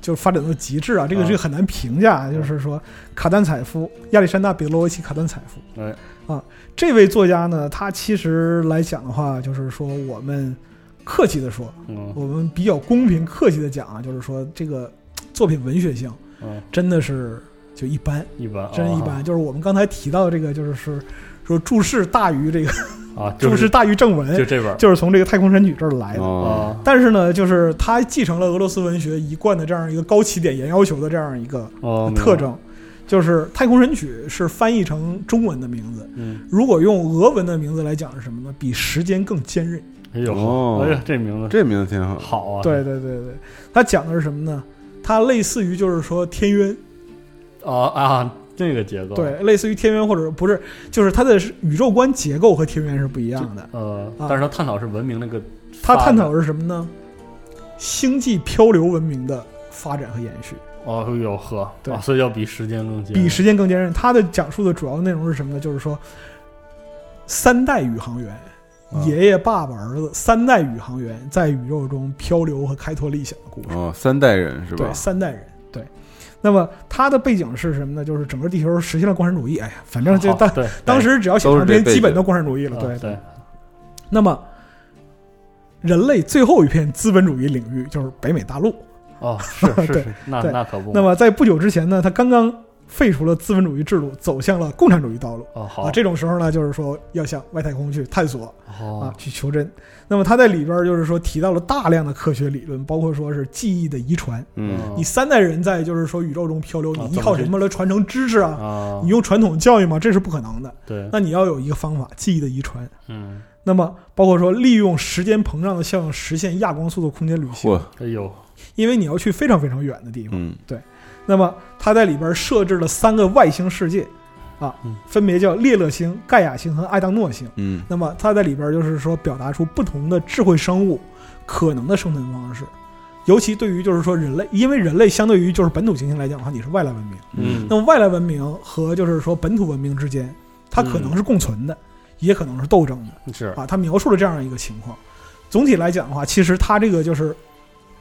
D: 就是发展到极致啊，这个
C: 啊
D: 这个很难评价，就是说卡丹采夫、亚历山大·别罗维奇·卡丹采夫，
C: 哎
D: 啊，这位作家呢，他其实来讲的话，就是说我们客气的说，
C: 嗯
D: 我们比较公平客气的讲啊，就是说这个作品文学性
C: 嗯，
D: 真的是就一般。
C: 一般，啊
D: 真一般。就是我们刚才提到这个，就是是说注释大于这个、
C: 啊，就
D: 注
C: 是
D: 释大于正
C: 就
D: 文，
C: 这本儿
D: 就是从这个太空神曲这儿来的。
B: 哦，
C: 啊
D: 但是呢，就是它继承了俄罗斯文学一贯的这样一个高起点、严要求的这样一个
C: 哦
D: 特，征，就是《太空神曲》是翻译成中文的名字。
C: 明白
D: 如果用俄文的名字来讲是什么呢？比时间更坚韧。
C: 嗯，哎呦，
B: 哦
C: 哎呀，这名字
B: 这名字挺好，
C: 好啊，
D: 对对对对，它讲的是什么呢？它类似于就是说天渊，
C: 啊啊，这个结构，
D: 对，类似于天渊或者不是，就是它的宇宙观结构和天渊是不一样的。
C: 呃，
D: 啊
C: 但是他探讨是文明那个
D: 他
C: 发
D: 探
C: 展
D: 讨的是什么呢？星际漂流文明的发展和延续，
C: 哦呦呵，
D: 对
C: 啊所以要比时间更近，
D: 比时间更坚韧。他的讲述的主要内容是什么呢？就是说，三代宇航员，
C: 啊
D: 爷爷、爸爸、儿子，三代宇航员在宇宙中漂流和开拓历险的故事。
B: 哦，三代人是吧
D: 对，？三代人，对。那么他的背景是什么呢？就是整个地球实现了共产主义。哎呀，反正就
C: 好
D: 当
C: 对
D: [laughs] 当时只要写
B: 都是
D: 上
B: 这
D: 这些
B: 背
D: 基本
B: 景
D: 都共产主义
C: 对
D: 了。
C: 啊
D: 对
C: 对，
D: 那么，人类最后一片资本主义领域就是北美大陆。 [laughs]
C: 哦是是
D: 对
C: 是，那
D: 对
C: 那可不，
D: 那么在不久之前呢，他刚刚废除了资本主义制度，走向了共产主义道路。
C: 哦，好
D: 啊，，这种时候呢，就是说要向外太空去探索啊
C: 哦，，
D: 去求真。那么他在里边儿就是说提到了大量的科学理论，包括说是记忆的遗传。
B: 嗯
D: 你三代人在就是说宇宙中漂流，
C: 啊
D: 你
C: 怎
D: 依
C: 么
D: 靠
C: 去
D: 什么来传承知识啊？
C: 啊
D: 你，用传统教育吗？这是不可能的。
C: 对，
D: 那你要有一个方法，记忆的遗传。
C: 嗯，
D: 那么，包括说利用时间膨胀的效应实现亚光速的空间旅行
B: 嚯，，
C: 哎呦，
D: 因为你要去非常非常远的地方。
B: 嗯
D: 那么，它在里边设置了三个外星世界，啊
C: 嗯，
D: 分别叫列勒星、盖亚星和艾当诺星。
B: 嗯
D: 那么它在里边就是说表达出不同的智慧生物可能的生存方式，尤其对于就是说人类，因为人类相对于就是本土行星来讲的话，你是外来文明。
C: 嗯，
D: 那么外来文明和就是说本土文明之间，它可能是共存的，也可能是斗争的
C: 嗯是，
D: 啊。它描述了这样一个情况。总体来讲的话，其实它这个就是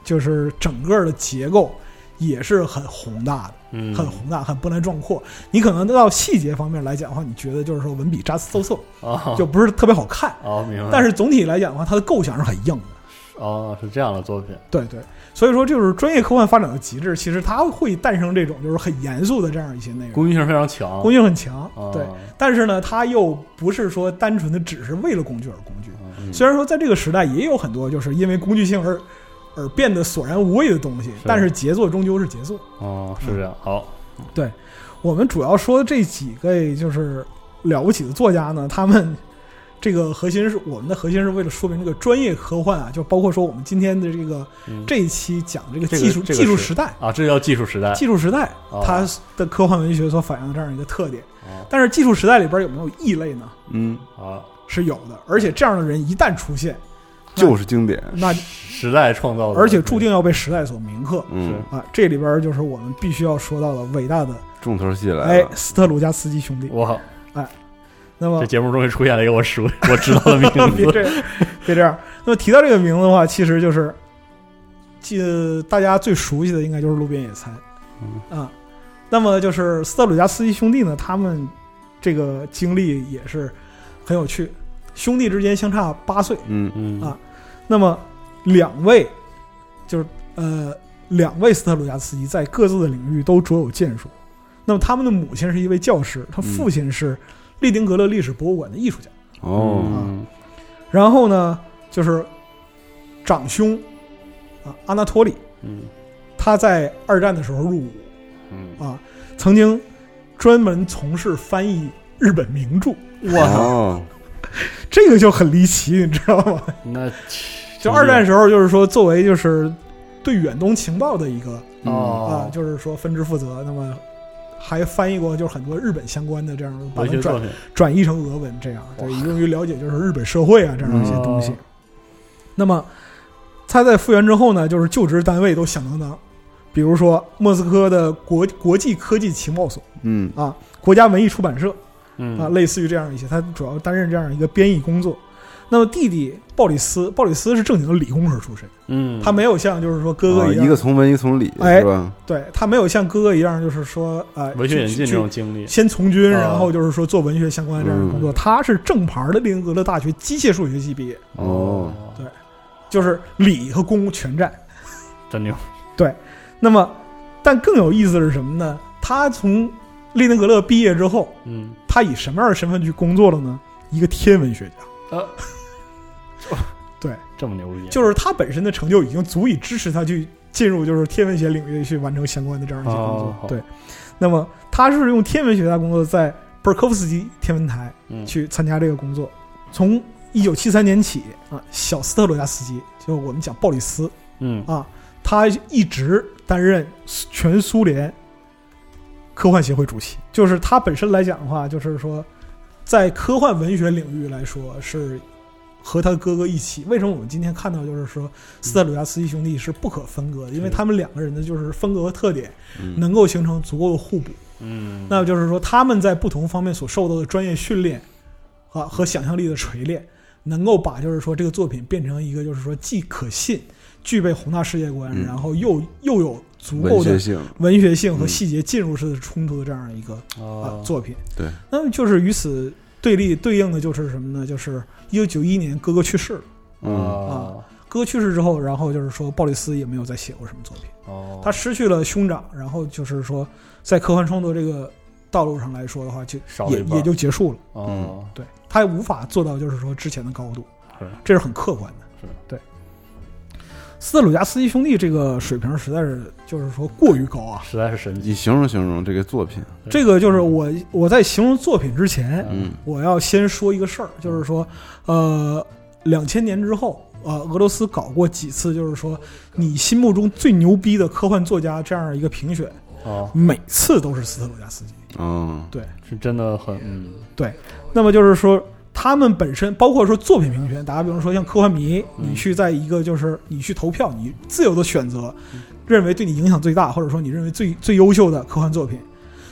D: 就是整个的结构也是很宏大的。
C: 嗯，
D: 很宏大，很波澜壮阔。你可能到细节方面来讲的话，你觉得就是说文笔扎嗖嗖，
C: 啊，
D: 就不是特别好看。
C: 哦，明白，
D: 但是总体来讲的话，它的构想是很硬的。
C: 哦，是这样的作品，
D: 对对，所以说就是专业科幻发展的极致，其实它会诞生这种就是很严肃的这样一些内容，
C: 公益性非常强，
D: 工
C: 益，
D: 具很强。对，
C: 啊
D: 但是呢，它又不是说单纯的只是为了工具而工具。
C: 啊
B: 嗯
D: 虽然说在这个时代也有很多就是因为工具性而而变得索然无味的东西，但是杰作终究是杰作。
C: 哦，是这样，好，
D: 我们主要说这几个就是了不起的作家呢，他们 [laughs] 这个核心是我们的核心是为了说明这个专业科幻啊，就包括说我们今天的这个
C: 嗯
D: 这一期讲这个
C: 这个
D: 技术
C: 这个
D: 技术
C: 是
D: 时代，
C: 啊，这叫技术时代，
D: 技术时代
C: 哦
D: 它的科幻文学所反映的这样一个特点。
C: 哦
D: 但是技术时代里边有没有异类呢？
B: 嗯，
C: 啊，
D: 是有的，而且这样的人一旦出现，
B: 就是经典，
D: 那
C: 时代创造的，
D: 而且注定要被时代所铭刻。
B: 嗯，
D: 啊，这里边就是我们必须要说到的伟大的
B: 重头戏
C: 啊
B: 来
D: 哎
B: 了，
D: 斯特鲁加斯基兄弟。
C: 哇，
D: 那么
C: 这节目终于出现了一个我熟我知道的名
D: 嗯 [laughs] 别
C: 字，
D: 这样，别这样。那么提到这个名字的话，其实就是，记得大家最熟悉的应该就是路边野餐，啊。那么就是斯特鲁加斯基兄弟呢，他们这个经历也是很有趣，兄弟之间相差八岁。
B: 嗯
C: 嗯
D: 啊那么两位就是呃两位斯特鲁加斯基在各自的领域都卓有建树。那么他们的母亲是一位教师，他父亲是利丁格勒历史博物馆的艺术家。
B: 哦，
C: 嗯
D: 然后呢，就是长兄啊，阿纳托里，
C: 嗯
D: 他在二战的时候入伍
B: 嗯，
D: 啊，曾经专门从事翻译日本名著，啊
B: 哦，
D: 这个就很离奇，你知道
C: [laughs]
D: 吗？
C: 那
D: 就二战时候，就是说作为就是对远东情报的一个啊
C: 哦，，
D: 就是说分支负责，那么。还翻译过就是很多日本相关的这样的，把
C: 哦文
D: 它
C: 学作
D: 转
C: 品，
D: 转译成俄文，这样对，用于了解就是日本社会啊这样一些东西。
C: 哦
D: 那么他在复原之后呢，就是就职单位都响当当，比如说莫斯科的国国际科技情报所
B: 嗯
D: 啊，国家文艺出版社啊，
C: 嗯
D: 类似于这样一些，他主要担任这样一个编译工作。那么弟弟鲍里斯，鲍里斯是正经的理工科出身，
C: 嗯，哦
D: 他没有像就是说哥
B: 啊
D: 哥样，
B: 一个从文，一个从理，
D: 哎
B: 是吧？
D: 对他没有像哥哥一样，就是说呃，
C: 文学
D: 去
C: 引进
D: 去
C: 这种经历，
D: 先从军，
C: 啊嗯
D: 然后就是说做文学相关的这样的工作。他是正牌的林格勒大学机械数学系毕业，
B: 哦
D: 对就是理和工全占。
C: 真牛，
D: 那么，但更有意思的是什么呢？他从列宁格勒毕业之后，
C: 嗯，
D: 他以什么样的身份去工作了呢？一个天文学家，
C: 呃，
D: [laughs] 对，
C: 这么牛逼，
D: 就是他本身的成就已经足以支持他去进入就是天文学领域去完成相关的这样一些工
C: 哦
D: 作
C: 好。
D: 对，那么他是用天文学家工作在布尔科夫斯基天文台
C: 嗯
D: 去参加这个工作。从一九七三年起啊，小斯特罗加斯基，就我们讲鲍里斯
C: 嗯
D: 啊，他一直担任全苏联科幻协会主席。就是他本身来讲的话，就是说，在科幻文学领域来说是。和他哥哥一起，为什么我们今天看到就是说斯特鲁加斯基兄弟是不可分割的？因为他们两个人的就是风格和特点
B: 嗯
D: 能够形成足够的互补。
C: 嗯，
D: 那就是说他们在不同方面所受到的专业训练啊和想象力的锤炼，能够把就是说这个作品变成一个就是说既可信、具备宏大世界观，
B: 嗯
D: 然后又又有足
B: 文
D: 够
B: 学
D: 的
B: 性，
D: 文学性和
B: 嗯
D: 细节进入式的冲突的这样一个啊
C: 哦
D: 作品。
B: 对，
D: 那么就是与此
C: 哦
D: 对立对应的就是什么呢？就是一九九一年哥哥去世了。
B: 嗯
C: 啊，
D: 啊哥去世之后，然后就是说鲍里斯也没有再写过什么作品，
C: 哦，
D: 他失去了兄长，然后就是说在科幻创作这个道路上来说的话，就
C: 少了
D: 也
C: 一半
D: 也就结束了。
C: 哦，
D: 对他也无法做到就是说之前的高度
C: 是，
D: 这是很客观的。
C: 是
D: 对。斯特鲁加斯基兄弟这个水平实在是就是说过于高啊！
C: 实在是神
B: 你
C: 迹，
B: 形容形容这个作品，
D: 这个就是我我在形容作品之前，
B: 嗯
D: 我要先说一个事儿，就是说，呃，两千年之后，呃，俄罗斯搞过几次，就是说你心目中最牛逼的科幻作家这样一个评选，
C: 哦，
D: 每次都是斯特鲁加斯基。
B: 嗯
D: 对，
C: 是真的很，嗯，
D: 那么就是说，他们本身包括说作品评选，打个比方说像科幻迷，
C: 嗯
D: 你去在一个就是你去投票，你自由的选择，认为对你影响最大，或者说你认为最最优秀的科幻作品，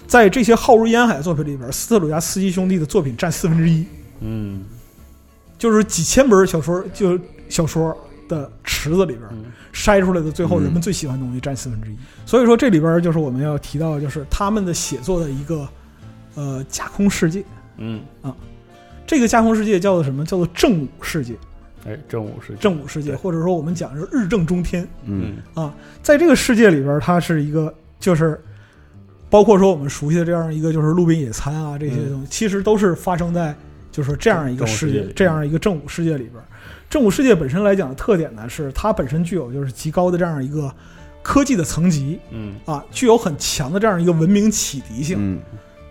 D: 在这些浩如烟海的作品里边，斯特鲁加斯基兄弟的作品占四分之一，
C: 嗯，
D: 就是几千本小说就小说的池子里边
C: 嗯
D: 筛出来的，最后
B: 嗯
D: 人们最喜欢的东西占四分之一。所以说这里边就是我们要提到，就是他们的写作的一个呃架空世界。
C: 嗯，
D: 这个架空世界叫做什么？叫做正午世界。
C: 哎，正午是，
D: 正午世界，
C: 对
D: 或者说我们讲是日正中天。
B: 嗯
C: 嗯，
D: 在这个世界里边，它是一个就是包括说我们熟悉的这样一个就是路边野餐啊这
B: 嗯
D: 些东西，其实都是发生在就是这样一个世
C: 正午世界
D: 界
C: 里
D: 这样一个正午世界里边。正午世界本身来讲的特点呢，是它本身具有就是极高的这样一个科技的层级
C: 嗯，
D: 啊，具有很强的这样一个文明启迪性。
B: 嗯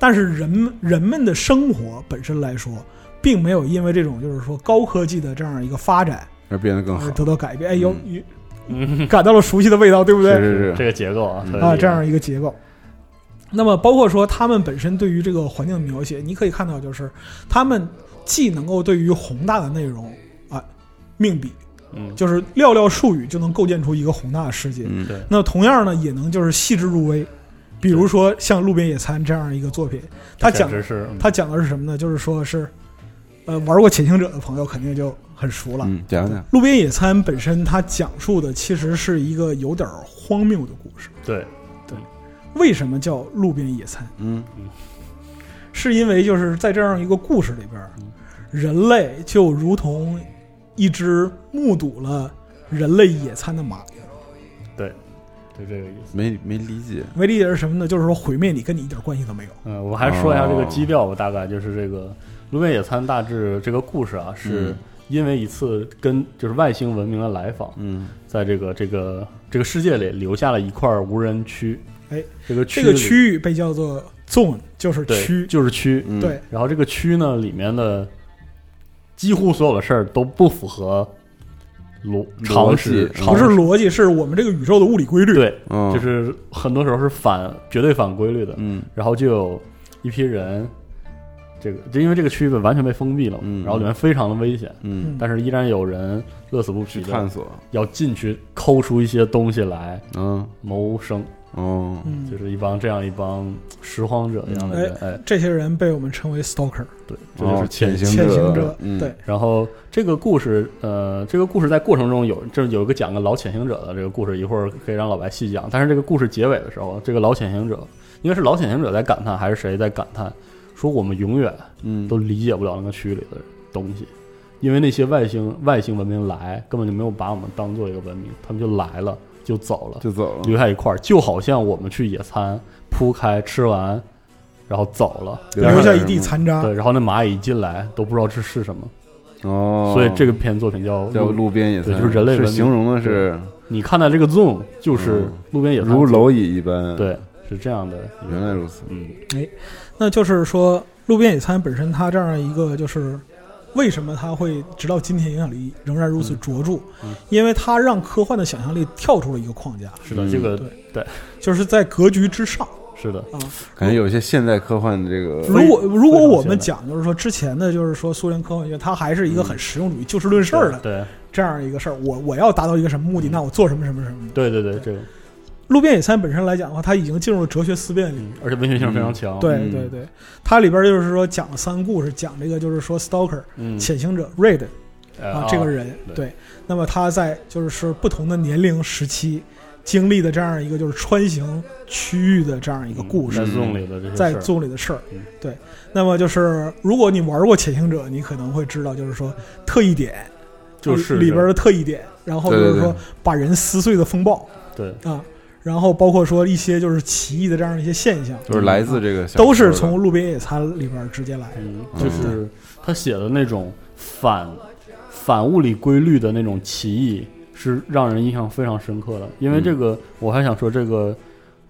D: 但是人们人们的生活本身来说，并没有因为这种就是说高科技的这样一个发展
B: 而变得更好
D: 而，得到改变。哎，有
B: 嗯
D: 有
C: 嗯，
D: 感到了熟悉的味道，对不对？
B: 是是
C: 这
B: 是，
C: 个结构啊
B: 嗯，
C: 特别
D: 啊，
C: 厉害
D: 这样，一个结构。那么，包括说他们本身对于这个环境的描写，你可以看到，就是他们既能够对于宏大的内容啊命笔，
C: 嗯，
D: 就是寥寥数语就能构建出一个宏大的世界。
B: 嗯
C: 对，
D: 那同样呢，也能就是细致入微。比如说像《路边野餐》这样一个作品，它讲
C: 简直是，嗯
D: 它讲的是什么呢？就是说是，呃，玩过《潜行者》的朋友肯定就很熟了。
B: 嗯，讲讲，
D: 路边野餐本身，它讲述的其实是一个有点儿荒谬的故事。
C: 对，
D: 为什么叫路边野餐？
B: 嗯
D: 是因为就是在这样一个故事里边儿，
C: 嗯
D: 人类就如同一只目睹了人类野餐的马。
C: 就这个意思。
B: 没没理解，
D: 没理解是什么呢？就是说毁灭你跟你一点关系都没有。
C: 嗯，我还说一下
B: 哦
C: 这个基调吧，大概就是这个《路边野餐》大致这个故事啊，是
B: 嗯
C: 因为一次跟就是外星文明的来访，
B: 嗯
C: 在这个这个这个世界里留下了一块无人区，
D: 哎，
C: 这个区
D: 这个
C: 里
D: 区域被叫做 zone，就是
C: 对
D: 区。
C: 就是区，
B: 嗯，
D: 对，
C: 然后这个区呢里面的几乎所有的事儿都不符合逻常识，
B: 逻辑
C: 常
D: 不是
C: 识
D: 逻辑，是我们这个宇宙的物理规律。，
C: 对，
B: 嗯
C: 就是很多时候是反绝对反规律的，
B: 嗯
C: 然后就有一批人，这个就因为这个区域被完全被封闭了嘛，
B: 嗯
C: 然后里面非常的危险，
B: 嗯，
C: 但是依然有人乐此不
B: 去
C: 疲
B: 探
C: 的
B: 索，
C: 要进去抠出一些东西来
B: 嗯
C: 谋生，
B: 哦，
D: 嗯
C: 就，是一帮这样一帮拾荒者一样的人，哎，
D: 这些人被我们称为 stalker，
C: 对，这就是
B: 哦
C: 潜
B: 潜
C: 行。
B: 行
D: 潜行
B: 者
D: 者。
B: 嗯
D: 对，
C: 然后这个故事，呃，这个故事在过程中有，这有一个讲个老潜行者的这个故事，一会儿可以让老白细讲。但是这个故事结尾的时候，这个老潜行者，应该是老潜行者在感叹，还是谁在感叹，说我们永远
B: 嗯
C: 都理解不了那个区里的东西，因为那些外星 [laughs] 外星文明来，根本就没有把我们当做一个文明，他们就来了就走了，
B: 就走了，
C: 留下一块儿，就好像我们去野餐，铺开吃完，然后走了，
B: 对然后
D: 留下一地残渣。
C: 对，然后那蚂蚁一进来都不知道这是什么，
B: 哦，
C: 所以这个篇作品叫
B: 叫路边野餐，
C: 对就是人类文
B: 是
C: 明
B: 形容的是
C: 你看到这个 zoom 就是
B: 嗯
C: 路边野餐
B: 如蝼蚁一般，，
C: 对，是这样的，
B: 原来如此，
C: 嗯，
D: 那就是说，路边野餐本身它这样一个就是，为什么它会直到今天影响力仍然如此卓著？
C: 嗯
D: 因为它让科幻的想象力跳出了一个框架，
C: 是的，
B: 嗯
C: 这个
D: 对
C: 对，
D: 就是在格局之上
C: 是的，
D: 啊。
B: 感觉有一些现代科幻的这个，
D: 如果
C: 非常
D: 如果我
C: 现
D: 们
C: 代嗯
D: 讲就是说之前的就是说苏联科幻学，它还是一个很实用主义、就事论事儿的
C: 对
D: 这样一个事儿。我我要达到一个什么目的，
C: 嗯
D: 那我做什么什么什么的。
C: 对对对，这个，
D: 路边野餐本身来讲的话，它已经进入了哲学思辨里。
C: 嗯，而哦且文学性非常强，
D: 对
B: 嗯
D: 对对，它里边就是说讲了三个故事，讲这个就是说 stalker
C: 嗯，
D: 潜行者 Red
C: 呃
D: 啊，这个人
C: 对
D: 对，那么他在就是说不同的年龄时期经历的这样一个就是穿行区域的这样一个故事
C: 在，
B: 嗯
C: Zoom 里的这些
D: 在
C: 事儿
D: Zoom 里的事儿
C: 嗯。
D: 对，那么就是如果你玩过《潜行者》，你可能会知道，就是说特异点
C: 就是
D: 里边的特异点，然后就
B: 对对
D: 是说
B: 对
D: 把人撕碎的风暴
C: 对，
D: 啊，然后包括说一些就是奇异的这样一些现象，
B: 就是来自这个小
D: 都是
B: 说的
D: 从《路边野餐》里边直接来的。
C: 嗯，就是他写的那种反反物理规律的那种歧义，是让人印象非常深刻的。因为这个，我还想说，这个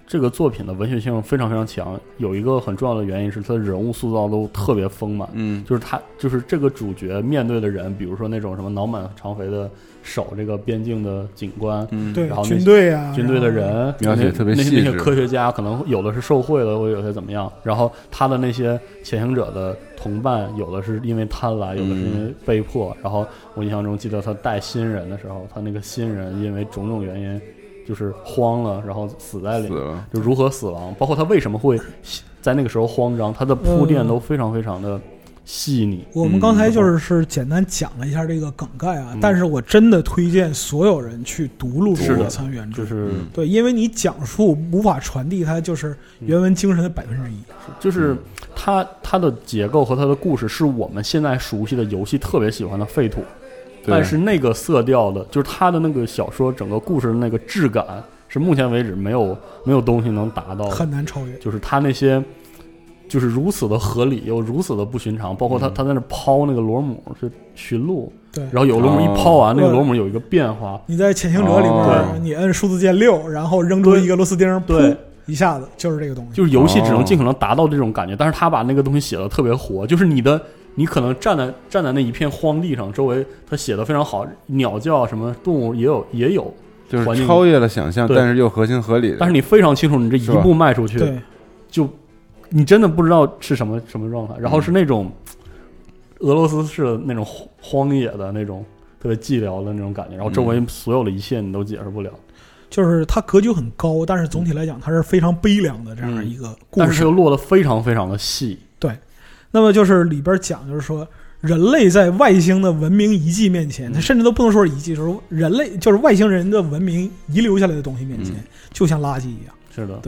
C: 这个作品的文学性非常非常强，有一个很重要的原因是他人物塑造都特别丰满。
B: 嗯
C: 就是他，就是这个主角面对的人，比如说那种什么脑满肠肥的守这个边境的警官，
B: 嗯
D: 对
C: 然后那
D: 军队啊，
C: 军队的
D: 然后
C: 人，
B: 描写
C: 那
B: 特别
C: 那些
B: 细
C: 那些
B: 致
C: 科学家可能有的是受贿的，或者有些怎么样。然后他的那些潜行者的同伴，有的是因为贪婪，有的是因为被迫。然后我印象中记得他带新人的时候，他那个新人因为种种原因就是慌了，然后死在里
B: 死
C: 面。
B: 了，
C: 就如何死亡，包括他为什么会在那个时候慌张，他的铺垫
D: 嗯
C: 都非常非常的细腻。
D: 我们刚才就是是简单讲了一下这个梗概啊，
C: 嗯
D: 但是我真的推荐所有人去读《路
C: 是
D: 边
C: 的
D: 野餐》原著
C: 就，是
B: 嗯
D: 对，因为你讲述无法传递它就是
C: 嗯
D: 原文精神的百分之一。嗯
C: 就是它它的结构和它的故事是我们现在熟悉的游戏特别喜欢的废土，
B: 对
C: 但是那个色调的，就是它的那个小说整个故事的那个质感，是目前为止没有没有东西能达到的。
D: 很难超越。
C: 就是它那些，就是如此的合理又如此的不寻常，包括他他在那抛那个螺母是驯鹿，
D: 嗯对，
C: 然后有螺母
B: 哦
C: 一抛完，那个
D: 对
C: 螺母有一个变化，
D: 你在《潜行者》里
B: 哦
D: 面，你摁数字键六，然后扔出一个螺丝钉，
C: 对
D: 噗，一下子就是这个东西。
C: 就是游戏只
B: 哦
C: 能尽可能达到这种感觉，但是他把那个东西写的特别活，就是你的，你可能站在站在那一片荒地上，周围他写的非常好，鸟叫啊什么动物也有也有，
B: 就
C: 环
B: 是
C: 境
B: 超越了想象，
C: 对
B: 但是又合情合理的。
C: 但是你非常清楚，你这一
B: 是吧
C: 步迈出去，
D: 对，
C: 就你真的不知道是什么什么状态，然
B: 嗯
C: 后是那种俄罗斯式的那种荒荒野的那种特别寂寥的那种感觉，然后周
B: 嗯
C: 围所有的一切你都解释不了，
D: 就是它格局很高，但是总体来讲，它是非常悲凉的这样一个故
C: 嗯但是
D: 事。
C: 又落得非常非常的细，
D: 那么就是里边讲，就是说人类在外星的文明遗迹面前，
B: 嗯
D: 它甚至都不能说是遗迹，就是人类就是外星人的文明遗留下来的东西面前
B: 嗯，
D: 就像垃圾一样，
C: 是的，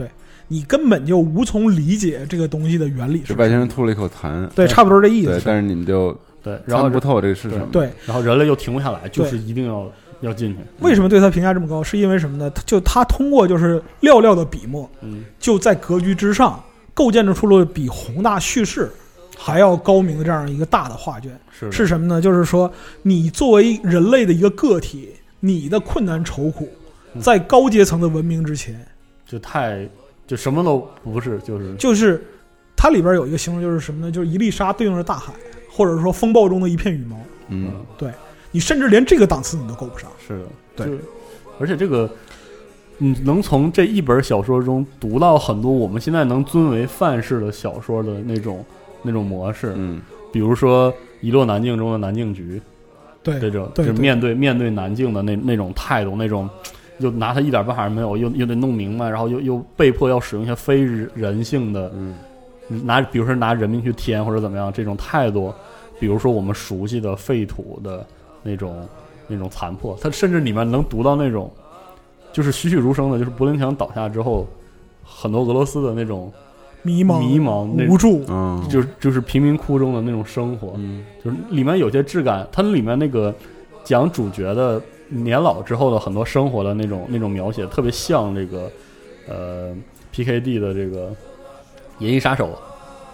D: 你根本就无从理解这个东西的原理
B: 就是
D: 什
B: 外
D: 么。
B: 星人吐了一口痰，
D: 对，差不多这意
B: 对
D: 思，。
B: 但是你们就
C: 对，然后
B: 参不透这个是什么。
D: 对，
C: 然后人类又停不下来，就是一定要要进去，
D: 为什么对他评价这么高？是因为什么呢？他就他通过就是寥寥的笔墨，
C: 嗯。
D: 就在格局之上构建出了比宏大叙事还要高明的这样一个大的画卷。
C: 是
D: 是什么呢？就是说，你作为人类的一个个体，你的困难愁苦，
C: 嗯
D: 在高阶层的文明之前，
C: 就太就什么都不是，就是
D: 就是它里边有一个形容，就是什么呢？就是一粒沙对应着大海，或者说风暴中的一片羽毛。
B: 嗯，
D: 你甚至连这个档次你都够不上。
C: 是的，
D: 对
C: 就，而且这个你能从这一本小说中读到很多我们现在能尊为范式的小说的那种那种模式，
B: 嗯，
C: 比如说《一落南境》中的南境局
D: 对
C: 这种，就
D: 哎对
C: 是
D: 对
C: 面对面对南境的那那种态度，那种。又拿他一点办法没有，又又得弄明白，然后又又被迫要使用一些非人性的
B: 嗯
C: 拿比如说拿人命去添或者怎么样这种态度，比如说我们熟悉的废土的那种那种残破，它甚至里面能读到那种就是栩栩如生的，就是柏林墙倒下之后，很多俄罗斯的那种
D: 迷茫，
C: 迷茫那
D: 无助，
B: 嗯
C: 就是就是贫民窟中的那种生活，
B: 嗯
C: 就是里面有些质感，它里面那个讲主角的年老之后的很多生活的那种那种描写，特别像这个呃 PKD 的这个《银翼杀手》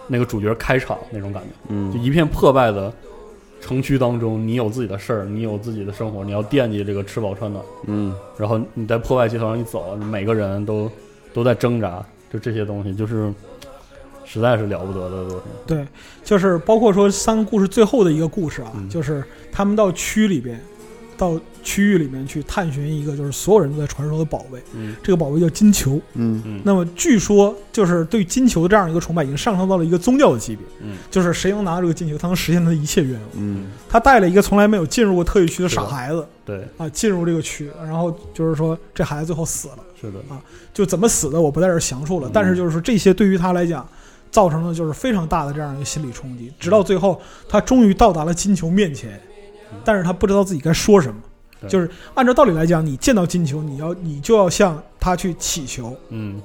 C: 那个主角开场那种感觉，就
B: 嗯，
C: 一片破败的城区当中，你有自己的事儿，你有自己的生活，你要惦记这个吃饱穿暖，
B: 嗯，
C: 然后你在破败街头上一走，每个人都都在挣扎，就这些东西就是。实在是了不得的东西，
D: 对，就是包括说三个故事最后的一个故事啊，
C: 嗯
D: 就是他们到区里边，到区域里面去探寻一个就是所有人都在传说的宝贝，
C: 嗯
D: 这个宝贝叫金球。
B: 嗯
C: 嗯，
D: 那么据说就是对金球的这样一个崇拜已经上升到了一个宗教的级别，
C: 嗯
D: 就是谁能拿到这个金球，他能实现他的一切愿望。
B: 嗯
D: 他带了一个从来没有进入过特育区的傻
C: 是的
D: 孩子
C: 对，
D: 啊，进入这个区，然后就是说这孩子最后死了。
C: 是的，
D: 就怎么死的我不在这儿详
C: 嗯
D: 述了，但是就是说这些对于他来讲，造成了就是非常大的这样一个心理冲击，直
C: 嗯
D: 到最后他终于到达了金球面前，但是他不知道自己该说什么。
C: 对
D: 就是按照道理来讲，你见到金球，你要你就要向他去祈求，
C: 嗯，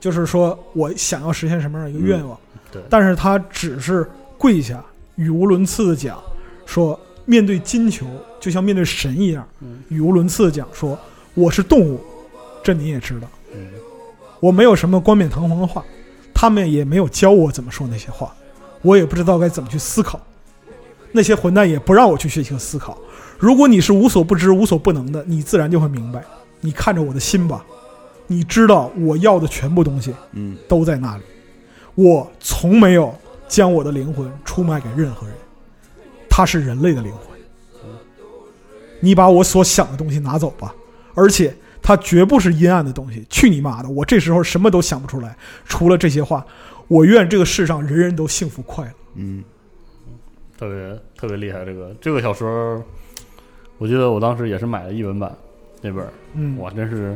D: 就是说我想要实现什么样的一个愿望。
C: 对
D: 但是他只是跪下，语无伦次的讲，说面对金球，就像面对神一样
C: 嗯，
D: 语无伦次地讲说我是动物，这你也知道，
C: 嗯
D: 我没有什么冠冕堂皇的话，他们也没有教我怎么说那些话，我也不知道该怎么去思考，那些混蛋也不让我去学习和思考。如果你是无所不知、无所不能的，你自然就会明白。你看着我的心吧，你知道我要的全部东西
B: 嗯
D: 都在那里。我从没有将我的灵魂出卖给任何人，它是人类的灵魂。你把我所想的东西拿走吧，而且它绝不是阴暗的东西。去你妈的！我这时候什么都想不出来，除了这些话。我愿这个世上人人都幸福快乐。
B: 嗯
C: 特别特别厉害。这个这个小说，我记得我当时也是买了译文版那本儿，
D: 嗯，
C: 哇，真是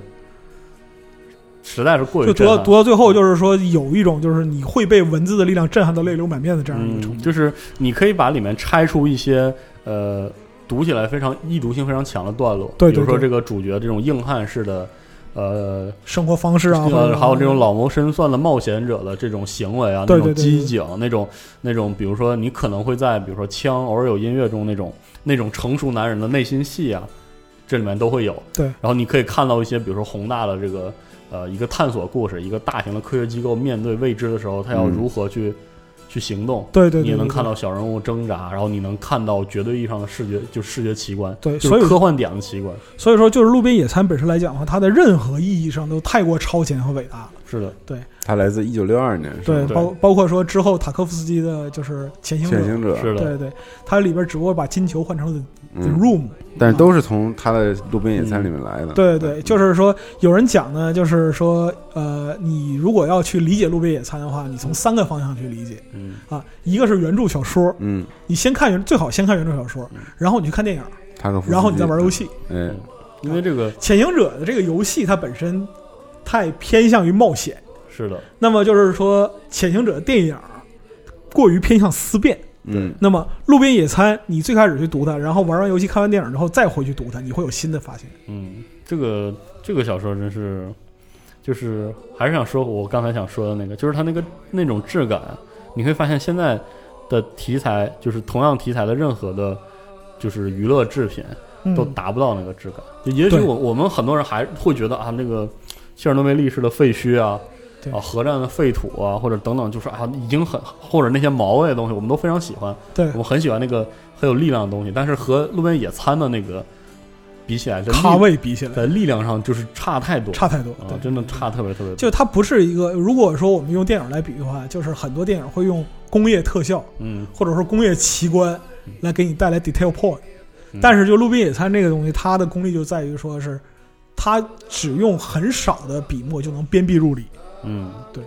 C: 实在是过于
D: 就读
C: 震
D: 到
C: 撼。
D: 读到最后，就是说有一种就是你会被文字的力量震撼到泪流满面的这样一个程
C: 嗯，
D: 度。
C: 就是你可以把里面拆出一些呃读起来非常易读性非常强的段落，
D: 对对
C: 比如说
D: 对
C: 这个主角这种硬汉式的。呃，
D: 生活方式啊，或
C: 呃，
D: 者
C: 还有这种老谋深算的冒险者的这种行为啊，
D: 对
C: 那
D: 对
C: 种
D: 对
C: 机警，那种那种，比如说你可能会在比如说枪，偶尔有音乐中那种那种成熟男人的内心戏啊，这里面都会有。
D: 对
C: 然后你可以看到一些，比如说宏大的这个呃一个探索故事，一个大型的科学机构面对未知的时候，他要
B: 嗯
C: 如何去、去行动。
D: 对对，
C: 你也
D: 对
C: 能
D: 对
C: 看到小人物挣扎，然后你能看到绝对意义上的视觉，就视觉奇观，
D: 对
C: 就是
D: 所以
C: 科幻点的奇观，
D: 所以说，就是路边野餐本身来讲的话，它的任何意义上都太过超前和伟大了。
C: 是的，
B: 它来自一九六二年，是吧
D: 对，
C: 对
D: 包包括说之后塔科夫斯基的就是《潜行者
B: 潜》，行者，
C: 是的，
D: 对对，它里边只不过把金球换成了 The
B: 嗯，
D: Room，、
B: 但是都是从他的《路边野餐》里面来
C: 嗯
B: 的。嗯
D: 嗯对对，就是说有人讲呢，就是说呃，你如果要去理解路边野餐的话，你从三个方向去理解
C: 嗯，
D: 啊，一个是原著小说，
B: 嗯，
D: 你先看原最好先看原著小
C: 嗯
D: 说，然后你去看电影，
B: 塔可夫斯基，
D: 然后你再玩游戏。
B: 哎，
C: 因为这个
D: 《潜行者》的这个游戏它本身太偏向于冒险。
C: 是的，
D: 那么就是说，《潜行者》电影过于偏向思辨。
B: 嗯，
D: 那么《路边野餐》，你最开始去读它，然后玩完游戏、看完电影之后再回去读它，你会有新的发现。
C: 嗯，这个这个小说真是，就是还是想说我刚才想说的那个，就是它那个那种质感，你会发现现在的题材，就是同样题材的任何的，就是娱乐制品，都
D: 嗯，
C: 达不到那个质感。就也许
D: 对
C: 我我们很多人还会觉得啊，那个切尔诺贝利式的废墟啊，
D: 对
C: 啊核战的废土啊，或者等等，就是啊已经很或者那些毛味的东西，我们都非常喜欢，
D: 对
C: 我，们很喜欢那个很有力量的东西。但是和路边野餐的那个比起来，在力
D: 咖位比起来
C: 在力量上就是差太多，
D: 差太多。
C: 啊
D: 对，，
C: 真的差特别特别多。
D: 就它不是一个。如果说我们用电影来比的话，就是很多电影会用工业特效
C: 嗯，
D: 或者说工业奇观来给你带来 detail point，
C: 嗯
D: 但是就《路边野餐》这个东西，它的功力就在于说是。它只用很少的笔墨就能鞭辟入里，
C: 嗯
D: 对，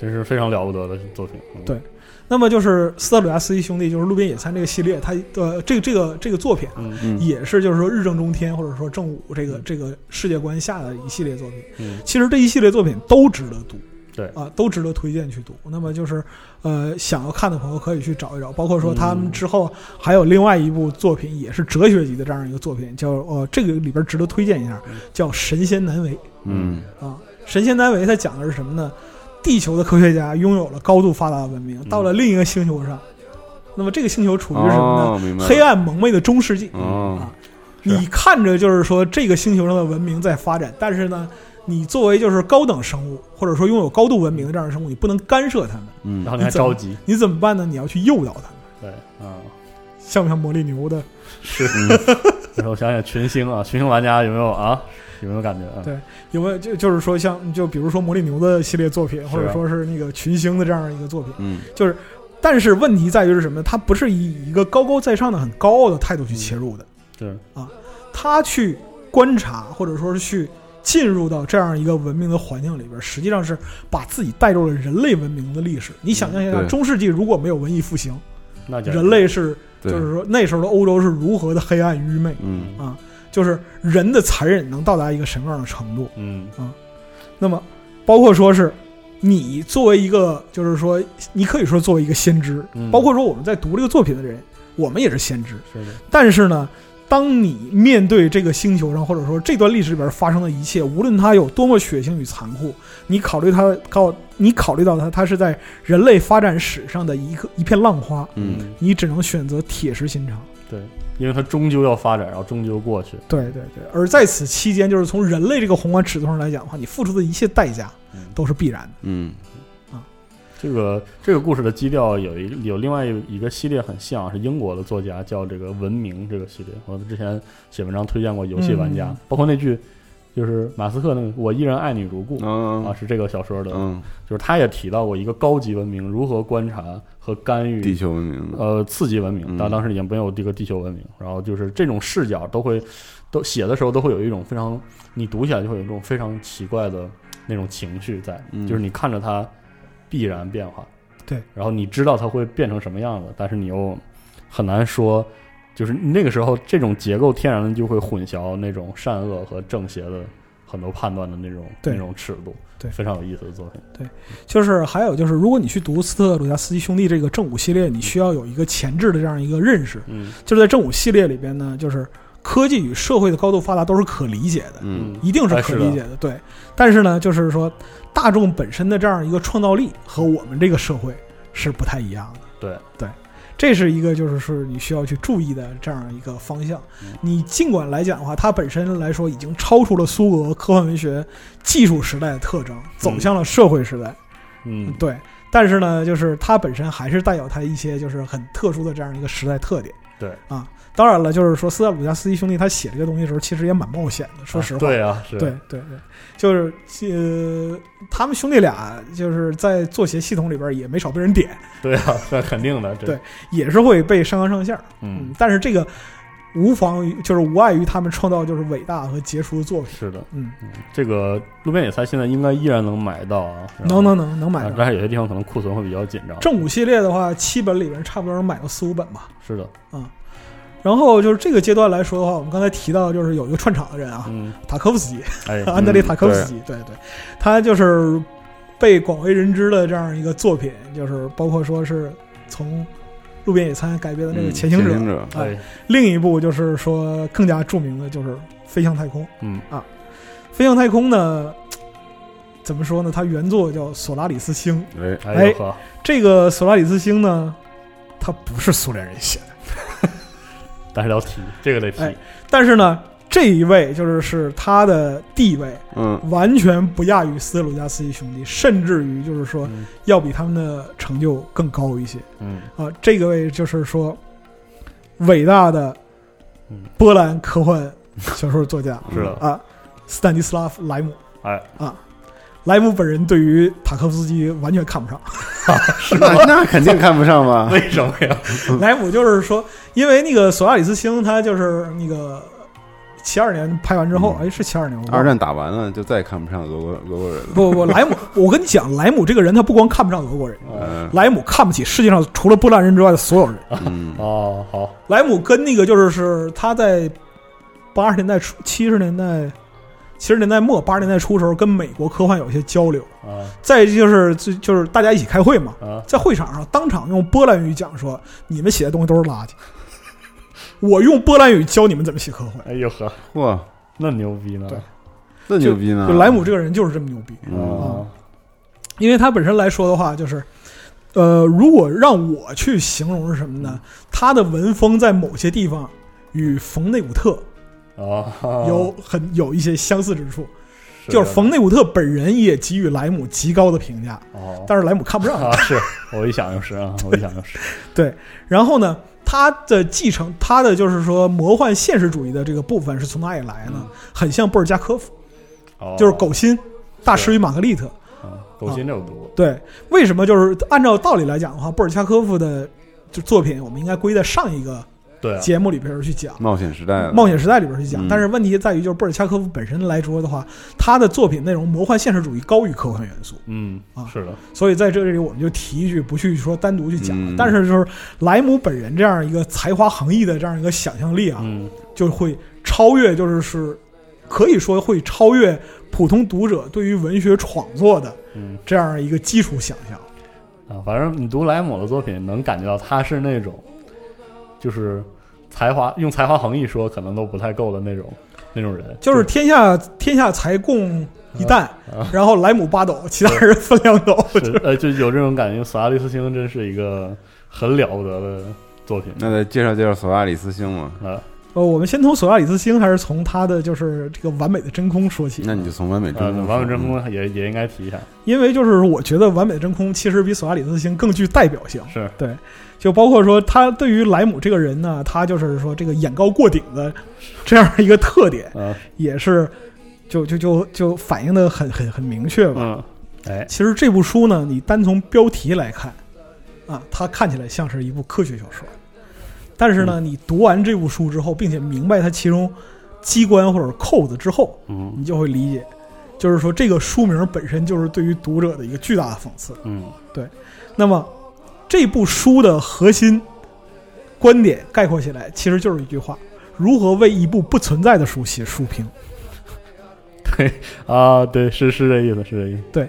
C: 真是非常了不得的作品。嗯
D: 对那么就是斯特鲁亚斯基兄弟，就是《路边野餐》这个系列，它呃，这个这个这个作品啊，
C: 嗯
B: 嗯
D: 也是就是说日正中天，或者说正午这个这个世界观下的一系列作品。
C: 嗯
D: 其实这一系列作品都值得读，
C: 对
D: 啊，都值得推荐去读。那么就是呃，想要看的朋友可以去找一找，包括说他们之后还有另外一部作品也是哲学级的这样一个作品，叫呃这个里边值得推荐一下，叫《神仙难为》。
B: 嗯
D: 啊，神仙难为它讲的是什么呢？地球的科学家拥有了高度发达的文
B: 嗯
D: 明，到了另一个星球上，那么这个星球处于什么
B: 哦，明
D: 呢？
B: 白了，
D: 黑暗蒙昧的中世纪。
B: 哦
D: 啊，
B: 是
D: 你看着就是说这个星球上的文明在发展，但是呢，你作为就是高等生物，或者说拥有高度文明的这样的生物，你不能干涉他们，
B: 嗯
C: 然后你还
D: 你怎么
C: 着急，
D: 你怎么办呢？你要去诱导他们，
C: 对，嗯。
D: 像不像魔力牛的？
C: 是，
D: 嗯
C: 然后 [laughs] 我想想群星啊，群星玩家有没有啊？有没有感觉啊？
D: 对有没有就就是说像就比如说魔力牛的系列作品，或者说是那个群星的这样一个作品，
B: 嗯
D: 就是，但是问题在于是什么呢？他不是以一个高高在上的、很高傲的态度去切入的，
C: 对，
D: 他去观察或者说是去进入到这样一个文明的环境里边，实际上是把自己带入了人类文明的历史。你想象一
B: 嗯
D: 下，
B: 对
D: 中世纪如果没有文艺复兴，
C: 那就
D: 人类是就
B: 对，
D: 是说那时候的欧洲是如何的黑暗愚昧，
B: 嗯
D: 就是人的残忍能到达一个什么样的程度？
C: 嗯
D: 那么，包括说是你作为一个，就是说，你可以说作为一个先知，
C: 嗯
D: 包括说我们在读这个作品的人，我们也是先知。
C: 是的，
D: 但是呢，当你面对这个星球上，或者说这段历史里边发生的一切，无论它有多么血腥与残酷，你考虑它靠你考虑到它，它是在人类发展史上的一个一片浪花， [laughs]
B: 嗯，
D: 你只能选择铁石心肠。
C: 对，因为它终究要发展，然后终究过去。
D: 对对对，而在此期间，就是从人类这个宏观尺度上来讲的话，你付出的一切代价
C: 嗯
D: 都是必然的。
B: 嗯
C: 这个这个故事的基调有一个有另外一个系列很像，是英国的作家叫这个《文明》这个系列，我之前写文章推荐过《游戏玩家》
D: 嗯
C: 包括那句就是马斯克那个“我依然爱你如故”啊，
B: 嗯
C: 是这个小说的，
B: 嗯，
C: 就是他也提到过一个高级文明如何观察和干预
B: 地球文明的，
C: 呃次级文明，
B: 嗯
C: 但当时已经没有这个地球文明。然后就是这种视角都会，都写的时候都会有一种非常，你读起来就会有一种非常奇怪的那种情绪在，
B: 嗯
C: 就是你看着它必然变化，
D: 对，
C: 然后你知道它会变成什么样子，但是你又很难说。就是那个时候，这种结构天然的就会混淆那种善恶和正邪的很多判断的那种
D: 对
C: 那种尺度，
D: 对
C: 非常有意思的作品。
D: 就是还有就是，如果你去读斯特鲁加斯基兄弟这个正午系列，你需要有一个前置的这样一个认识。
C: 嗯
D: 就是在正午系列里边呢，就是科技与社会的高度发达都是可理解的，
B: 嗯
D: 一
C: 哎
D: 定是可理解的。对，但是呢，就是说大众本身的这样一个创造力和我们这个社会是不太一样的。
C: 对
D: 对，这是一个就是说你需要去注意的这样一个方向
C: 嗯。
D: 你尽管来讲的话，它本身来说已经超出了苏俄科幻文学技术时代的特征，走向了社会时代。
C: 嗯，
D: 对。但是呢，就是它本身还是带有它一些就是很特殊的这样一个时代特点。
C: 对
D: 啊，当然了，就是说斯特鲁加斯基兄弟他写这个东西的时候，其实也蛮冒险的。说实话，
C: 对啊，是
D: 对对对，就是呃，他们兄弟俩就是在作协系统里边也没少被人点，
C: [laughs] 对啊，那肯定的，这
D: 对也是会被上纲上线儿。
C: 嗯，
D: 但是这个无妨于，就是无碍于他们创造就是伟大和杰出的作品。
C: 是的，
D: 嗯，
C: 这个路边野菜现在应该依然能买到啊，然后
D: 能能能能买
C: 啊
D: 到。
C: 但是有些地方可能库存会比较紧张。
D: 正午系列的话，七本里边差不多能买到四五本吧。
C: 是的，
D: 然后就是这个阶段来说的话，我们刚才提到就是有一个串场的人啊， [laughs]
C: 嗯，
D: 塔科夫斯基，
C: 哎，
D: [laughs] 安德烈塔科夫斯基，对对，他就是被广为人知的这样一个作品，就是包括说是从路边野餐改编的那个《
B: 嗯
D: 潜行者》
B: 行者，
C: 哎，
D: 另一部就是说更加著名的就是《飞向太空》。
C: 嗯
D: 《飞向太空》呢，怎么说呢？它原作叫《索拉里斯星》，
B: 哎，
C: 哎呦呵，
D: 这个《索拉里斯星》呢，它不是苏联人写的，
C: 但是要提这个得提
D: 哎，但是呢，这一位就是是他的地位
B: 嗯
D: 完全不亚于斯特鲁加斯基兄弟，甚至于就是说
C: 嗯
D: 要比他们的成就更高一些
C: 嗯
D: 啊。这个位就是说，伟大的
C: 嗯
D: 波兰科幻小说作家
C: 是的，
D: 啊，斯坦尼斯拉夫莱姆
C: 哎
D: 啊，莱姆本人对于塔科夫斯基完全看不上。
B: 那那肯定看不上
C: [laughs]
B: 吧？
C: 为什么呀？
D: 莱姆就是说，因为那个索拉里斯星，他就是那个七二年拍完之后，
B: 嗯
D: 哎，是七二年我忘了
B: 二战打完了，就再也看不上俄国俄国人了。
D: 不不，莱姆，我跟你讲，莱姆这个人，他不光看不上俄国人，
B: 嗯
D: 莱姆看不起世界上除了波兰人之外的所有人。
B: 嗯
C: 哦，好，
D: 莱姆跟那个就是是他在八十年代初、七十年代、七十年代末、八十年代初的时候，跟美国科幻有一些交流。
C: 啊
D: 再就是就就是大家一起开会嘛，
C: 啊，
D: 在会场上当场用波兰语讲说：“你们写的东西都是垃圾。”我用波兰语教你们怎么写科幻。
C: 哎呦呵，
B: 嚯，
C: 那牛逼呢
D: 对，
B: 这牛逼呢！
D: 就莱姆这个人就是这么牛逼，
B: 嗯
C: 啊，
D: 因为他本身来说的话，就是，呃，如果让我去形容是什么
C: 嗯
D: 呢？他的文风在某些地方与冯内古特
C: 啊，
D: 有很有一些相似之处，
C: 的
D: 就是冯内古特本人也给予莱姆极高的评价，
C: 哦，
D: 但是莱姆看不上他。
C: 啊，是我一想就是啊，我一想就是，
D: 然后呢，他的继承，他的就是说魔幻现实主义的这个部分是从哪里来呢？很像布尔加科夫，
C: 嗯哦
D: [laughs] 就是狗心、大师
C: 是
D: 与玛格丽特。
C: 啊狗心这有毒，
D: 对，为什么就是按照道理来讲的话，布尔恰科夫的就作品，我们应该归在上一个
C: 对啊，
D: 节目里边去讲，
B: 冒险时代了，
D: 冒险时代里边去
B: 嗯
D: 讲。但是问题在于，就是布尔恰科夫本身来说的话，他的作品内容魔幻现实主义高于科幻元素，
C: 嗯
D: 啊，
C: 是的，
D: 所以在这里我们就提一句，不去说单独去讲了。
B: 嗯
D: 但是就是莱姆本人这样一个才华横溢的这样一个想象力啊，
C: 嗯
D: 就会超越，就是是可以说会超越普通读者对于文学创作的
C: 嗯。
D: 这样一个基础想象。
C: 啊，反正你读莱姆的作品，能感觉到他是那种，就是才华用才华横溢说可能都不太够的那种那种人，
D: 就是天下天下才共一担，
C: 啊
D: 然后莱姆八斗，其他人
C: [laughs]
D: 分两斗。
C: 是呃，就有这种感觉。索拉利斯星真是一个很了不得的作品。
B: 那得介绍介绍索拉里斯星嘛？
C: 呃
D: 呃，我们先从索拉里斯星，还是从他的就是这个完美的真空说起？
B: 那你就从完美真
C: 呃，
B: 空说，
C: 完美真空也也应该提一下，
D: 因为就是我觉得完美的真空其实比索拉里斯星更具代表性。
C: 是
D: 对，就包括说他对于莱姆这个人呢，他就是说这个眼高过顶的这样一个特点，
C: 呃
D: 也是就就就就反映的很很很明确吧。
C: 嗯，哎
D: 其实这部书呢，你单从标题来看，啊，它看起来像是一部科学小说，但是呢，你读完这部书之后，并且明白它其中机关或者扣子之后，
C: 嗯
D: 你就会理解，就是说这个书名本身就是对于读者的一个巨大的讽刺。
C: 嗯
D: 那么，这部书的核心观点概括起来，其实就是一句话：如何为一部不存在的书写书评？
C: 啊，对，是是这意思，是这意思，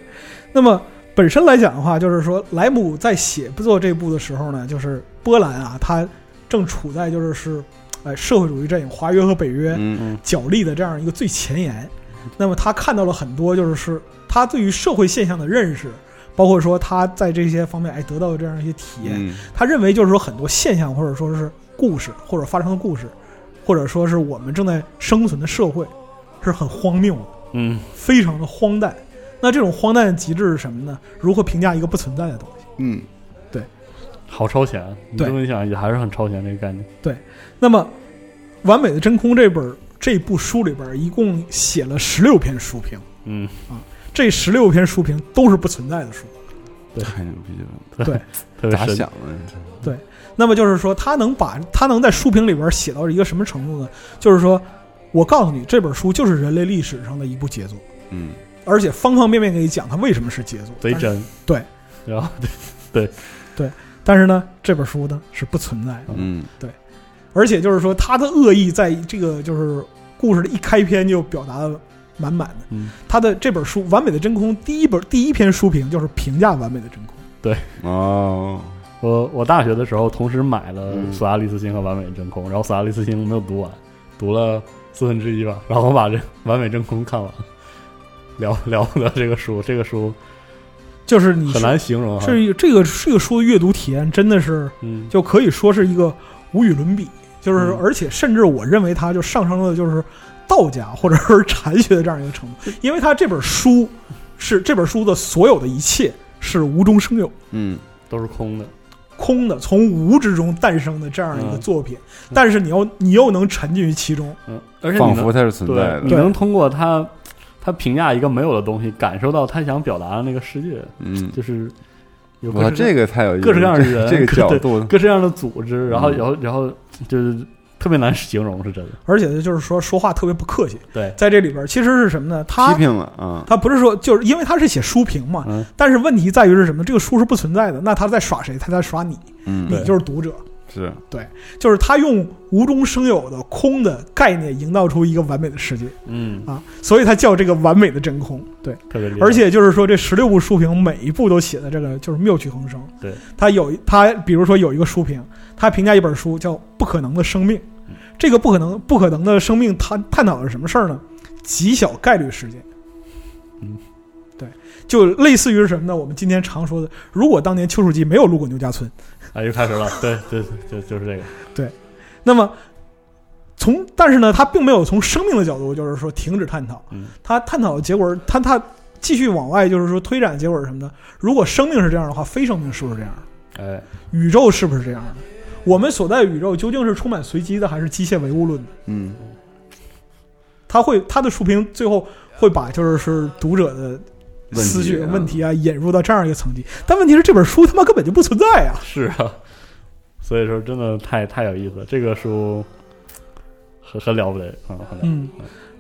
D: 那么本身来讲的话，就是说莱姆在写作这部的时候呢，就是波兰啊，他正处在就是是，呃，社会主义阵营华约和北约
B: 嗯，
D: 角力的这样一个最前沿。那么他看到了很多，就是是他对于社会现象的认识，包括说他在这些方面哎得到的这样一些体验。
B: 嗯
D: 他认为就是说很多现象或者说是故事或者发生的故事，或者说是我们正在生存的社会是很荒谬的。
C: 嗯
D: 非常的荒诞。那这种荒诞的极致是什么呢？如何评价一个不存在的东西？
B: 嗯，
C: 好超前，你
D: 对
C: 这么想也还是很超前这个概念，
D: 那么，《完美的真空》这本这部书里边，一共写了十六篇书评，
C: 嗯，
D: 这十六篇书评都是不存在的书。
B: 太牛逼了，
C: 特别
B: 咋
C: 神，
B: 想的？
D: 那么就是说，他能把他能在书评里边写到一个什么程度呢？就是说，我告诉你，这本书就是人类历史上的一部杰作，
B: 嗯，
D: 而且方方面面给你讲它为什么是杰作，
C: 贼
D: 但是。
C: 真，
D: 对，
C: 然后
D: 但是呢，这本书呢是不存在的。
B: 嗯，
D: 而且就是说他的恶意在这个就是故事的一开篇就表达的满满的。
C: 嗯
D: 他的这本书《完美的真空》第一本第一篇书评就是评价《完美的真空》，
B: 哦，
C: 我我大学的时候同时买了
B: 嗯
C: 《索拉利斯星》和《完美真空》，然后《索拉利斯星》没有读完，读了四分之一吧，然后我把这《完美真空》看完，了了不得这个书，这个书
D: 就是你
C: 很难啊形容哈，
D: 是这个这个书的阅读体验真的是
C: 嗯，
D: 就可以说是一个无与伦比，就是、
C: 嗯
D: 而且甚至我认为它就上升了就是道家或者是禅学的这样一个程度，因为他这本书是这本书的所有的一切是无中生有。
B: 嗯，
C: 都是空的，
D: 空的，从无之中诞生的这样一个
C: 嗯
D: 作品，但是你又你又能沉浸于其中，
C: 嗯，而且你
B: 仿佛
C: 能
B: 它是存在
C: 对，
B: 的
C: 你，能通过他他评价一个没有的东西，感受到他想表达的那个世界，
B: 嗯，
C: 就是有各
B: 哇，
C: 式各
B: 这个太有意思了，
C: 各式各样的人
B: 这这个
C: 各
B: 角
C: 对
B: 度，
C: 各式各样的组织，然后
B: 嗯
C: 然后然后就是特别难形容，是真的，
D: 而且就是说说话特别不客气。
C: 对，
D: 在这里边其实是什么呢？
B: 批
D: 他
B: 评了啊，
D: 他不是说就是因为他是写书评嘛，
C: 嗯
D: 但是问题在于是什么？这个书是不存在的，那他在耍谁？他在耍你，
B: 嗯，
D: 你就是读者，
B: 是，
D: 就是他用无中生有的空的概念营造出一个完美的世界
C: 嗯，
D: 啊，所以他叫这个完美的真空。对，
C: 特别厉害
D: 而且就是说，这十六部书评每一部都写的这个就是妙趣横生。
C: 对，
D: 他有他，比如说有一个书评，他评价一本书叫《不可能的生命》，这个不可能不可能的生命，他探讨的是什么事儿呢？极小概率事件。
C: 嗯，
D: 对，就类似于是什么呢？我们今天常说的，如果当年丘处机没有路过牛家村，
C: 啊，又开始了，对对对，就就是这个，
D: 那么。从，但是呢，他并没有从生命的角度，就是说停止探讨，
C: 嗯
D: 他探讨的结果是，他他继续往外，就是说推展结果是什么呢？如果生命是这样的话，非生命是不是这样的？
C: 哎，
D: 宇宙是不是这样的？我们所在的宇宙究竟是充满随机的，还是机械唯物论的？
B: 嗯，
D: 他会他的书评最后会把就是是读者的
B: 问
D: 思绪
B: 啊
D: 问，题啊引入到这样一个层级，但问题是这本书他妈根本就不存在啊！
C: 是啊， [laughs] 所以说真的太太有意思了，这个书很很了不得啊，很了不得
D: 嗯，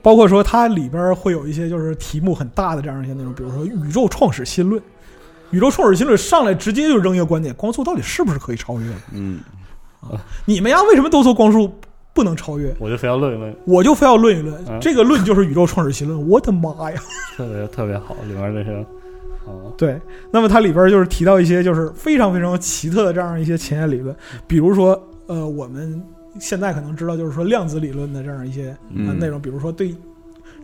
D: 包括说它里边会有一些就是题目很大的这样一些内容，比如说宇宙创始新论。宇宙创始新论上来直接就扔一个观点：光速到底是不是可以超越的？
B: 嗯，
D: 你们呀为什么都说光速不能超越？
C: 我就非要论一论，
D: 我就非要论一论，
C: 嗯
D: 这个论就是宇宙创始新论。我的妈呀！
C: 特别特别好，里面那些，哦，
D: 对，那么它里边就是提到一些就是非常非常奇特的这样一些前沿理论，比如说呃，我们现在可能知道就是说量子理论的这样一些、呃
B: 嗯
D: 内容，比如说对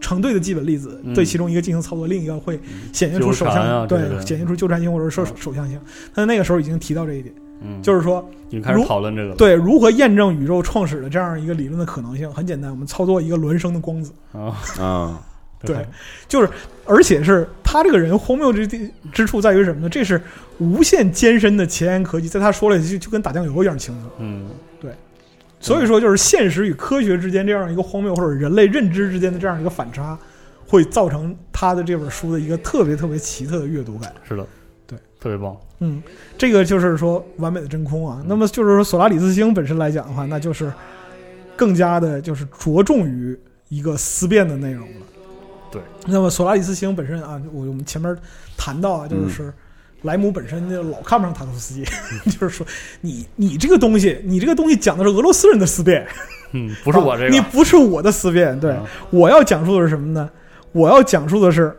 D: 成对的基本粒子、
C: 嗯
D: 对其中一个进行操作，另一个会显现出
C: 纠
D: 手
C: 缠
D: 相、
C: 啊
D: 对
C: 这个
D: 显现出纠缠性或者说
C: 嗯
D: 手相性。他那个时候已经提到这一点，
C: 嗯，
D: 就是说，
C: 你开始讨论这个了，
D: 对如何验证宇宙创始的这样一个理论的可能性，很简单，我们操作一个孪生的光子，
C: 啊，
B: 啊，
D: 对，就是而且是他这个人荒谬之地之处在于什么呢？这是无限艰深的前沿科技，在他说了一句就跟打酱油一样轻松。
C: 嗯，
D: 所以说，就是现实与科学之间这样一个荒谬，或者人类认知之间的这样一个反差，会造成他的这本书的一个特别特别奇特的阅读感。
C: 是的，
D: 对，
C: 特别棒，
D: 嗯，这个就是说完美的真空啊。那么就是说，索拉里斯星本身来讲的话，那就是更加的就是着重于一个思辨的内容了。
C: 对，
D: 那么索拉里斯星本身啊，我我们前面谈到啊，就是莱姆本身就老看不上塔科夫斯基， [laughs] 就是说你你这个东西，你这个东西讲的是俄罗斯人的思辨，
C: 嗯，不是我这个，
D: 啊你不是我的思辨。对，
C: 啊
D: 我要讲述的是什么呢？我要讲述的是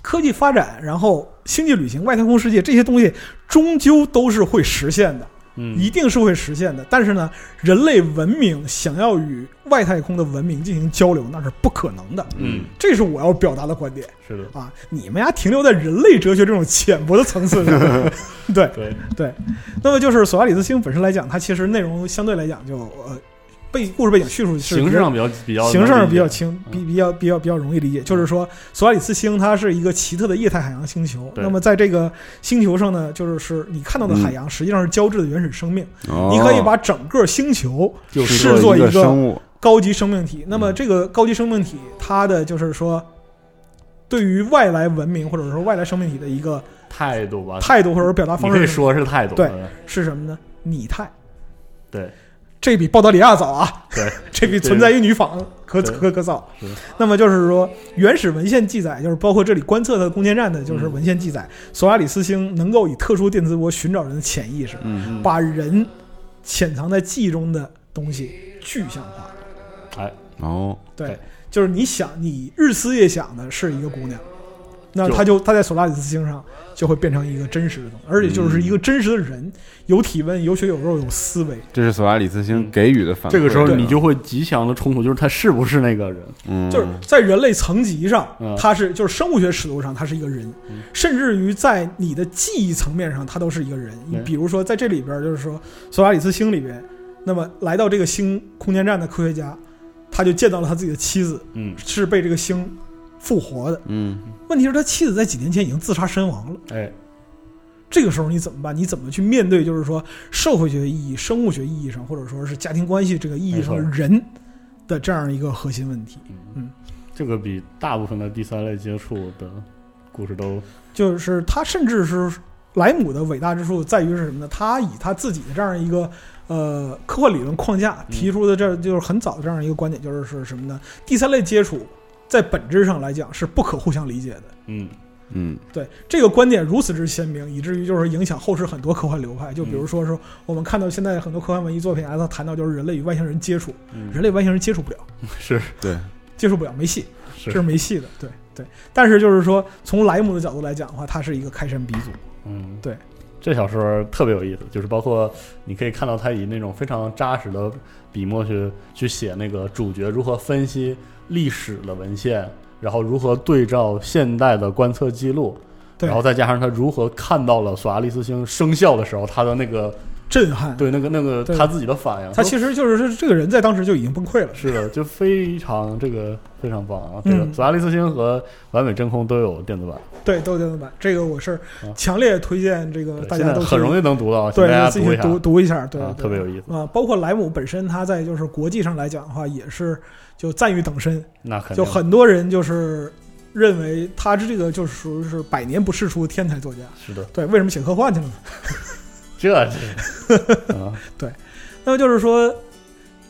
D: 科技发展，然后星际旅行、外太空世界这些东西，终究都是会实现的，
C: 嗯，
D: 一定是会实现的。但是呢，人类文明想要与外太空的文明进行交流，那是不可能的。
C: 嗯，
D: 这是我要表达的观点
C: 是的，
D: 啊！你们呀，停留在人类哲学这种浅薄的层次
C: [laughs]
D: 上，对，
C: 对，
D: 对，那么就是索拉里斯星本身来讲，它其实内容相对来讲就呃背故事背景叙述是
C: 形式上比较比较
D: 形式上比较
C: 能理解
D: 清
C: 嗯
D: 比比较比较比较容易理解，就是说索拉里斯星它是一个奇特的液态海洋星球。
C: 对嗯
D: 那么在这个星球上呢，就是是你看到的海洋实际上是胶质的原始生命，
B: 哦
D: 你可以把整个星球
C: 就
D: 视
B: 视
D: 作
B: 作
D: 哦一个
B: 生物，
D: 高级生命体。那
C: 嗯
D: 么这个高级生命体，它的就是说。对于外来文明或者说外来生命体的一个
C: 态度吧，
D: 态度或者表达
C: 啊你
D: 方
C: 可以
D: 式是
C: 说是态度，嗯
D: 对是什么呢？拟态，
C: 对
D: 这比鲍德里亚早啊，
C: 对，
D: [laughs] 这比存在于女坊可
C: 对
D: 可可早
C: 是。
D: 那么就是说，原始文献记载，就是包括这里观测的攻坚战的，就是
C: 嗯
D: 文献记载，索拉里斯星能够以特殊电磁波寻找人的潜意识，
B: 嗯，
D: 把人潜藏在记忆中的东西具象化。
C: 哎，
B: 哦，
D: 对
C: 对，
D: 就是你想，你日思夜想的是一个姑娘，那
C: 就
D: 她就她在索拉里斯星上就会变成一个真实的东西，而
C: 嗯
D: 且就是一个真实的人，有体温，有血有肉，有思维。
B: 这是索拉里斯星
C: 嗯
B: 给予的反馈。
C: 这个时候
B: 对
C: 你就会极强的冲突，就是他是不是那个人，
B: 嗯，
D: 就是在人类层级上
C: 嗯，
D: 他是就是生物学尺度上，他是一个人，甚至于在你的记忆层面上，他都是一个人。你
C: 嗯
D: 比如说，在这里边儿就是说索拉里斯星里边，那么来到这个星空间站的科学家，他就见到了他自己的妻子
C: 嗯，
D: 是被这个星复活的。
B: 嗯，
D: 问题是，他妻子在几年前已经自杀身亡了。
C: 哎，
D: 这个时候你怎么办？你怎么去面对？就是说社会学意义、生物学意义上，或者说是家庭关系这个意义上的
C: 没错
D: 人的这样一个核心问题。
C: 这个比大部分的第三类接触的故事都
D: 就是他甚至是莱姆的伟大之处在于是什么呢？他以他自己的这样一个呃科幻理论框架提出的这就是很早的这样一个观点，就是是什么呢？第三类接触在本质上来讲是不可互相理解的。
C: 嗯
B: 嗯，
D: 对这个观点如此之鲜明，以至于就是影响后世很多科幻流
C: 嗯
D: 派。就比如说说我们看到现在很多科幻文艺作品啊，它谈到就是人类与外星人接触，
C: 嗯
D: 人类外星人接触不了，
C: [laughs] 是
B: 对，
D: 接触不了没戏，
C: 是
D: 这是没戏的。对对，但是就是说从莱姆的角度来讲的话，他是一个开山鼻祖。
C: 嗯
D: 对。
C: 这小说特别有意思，就是包括你可以看到他以那种非常扎实的笔墨去去写那个主角如何分析历史的文献，然后如何对照现代的观测记录，
D: 对
C: 然后再加上他如何看到了索阿利斯星生效的时候他的那个
D: 震撼，
C: 对那个那个
D: 对
C: 他自己的反应，
D: 他其实就是这这个人在当时就已经崩溃了。
C: 是的，就非常这个非常棒啊！这个
D: 嗯
C: 《索拉利斯星》和《完美真空》都有电子版，
D: 对，都电子版这个我是
C: 啊
D: 强烈推荐，这个
C: 对
D: 呃大
C: 现
D: 家
C: 在
D: 都
C: 很容
D: 易
C: 易能读到，请
D: 对
C: 大家
D: 自己
C: 读一
D: 去
C: 下，
D: 读读一下，对
C: 啊，，
D: 对
C: 特别有意思。
D: 啊。包括莱姆本身，他在就是国际上来讲的话，也是就赞誉等身，
C: 那肯定
D: 就很多人就是认为他这个就是属于是百年不世出的天才作家。
C: 是的，
D: 对，为什么写科幻去了呢？
C: 这这啊，
D: 那么就是说，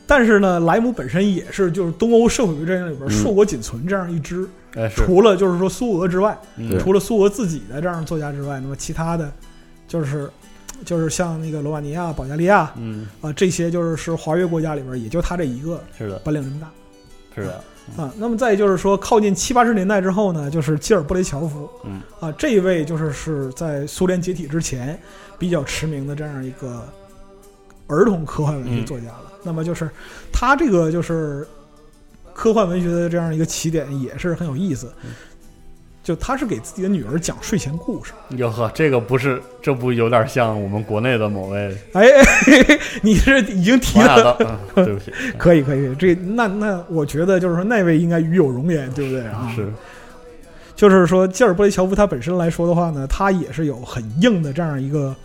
D: 但是呢，莱姆本身也是就是东欧社会主义阵营里
B: 嗯
D: 边硕果仅存这样一支，
C: 哎是，
D: 除了就是说苏俄之外。
C: 嗯
B: 对
D: 除了苏俄自己的这样的作家之外，那么其他的，就是就是像那个罗马尼亚、保加利亚啊、
C: 嗯，
D: 这些，就是是华约国家里边，也就他这一个
C: 是的，
D: 本领这么大
C: 是的，
D: 啊。那么再就是说，靠近七八十年代之后呢，就是基尔布雷乔夫，
C: 嗯
D: 啊，这一位就是是在苏联解体之前比较驰名的这样一个儿童科幻文
C: 嗯
D: 学作家了。那么就是他这
C: 嗯
D: 个就是科幻文学的这样一个起点，也是很有意思。就他是给自己的女儿讲睡前故事。
C: 哟呵，这个不是，这不有点像我们国内的某位
D: 哎， [laughs] 嘿嘿你是已经提
C: 王
D: 了
C: 亚，当？嗯对不起，
D: 可以可以，这那那我觉得就是说那位应该与有荣焉，对不对啊？
C: 是，
D: 就是说基尔布雷乔夫他本身来说的话呢，他也是有很硬的这样一个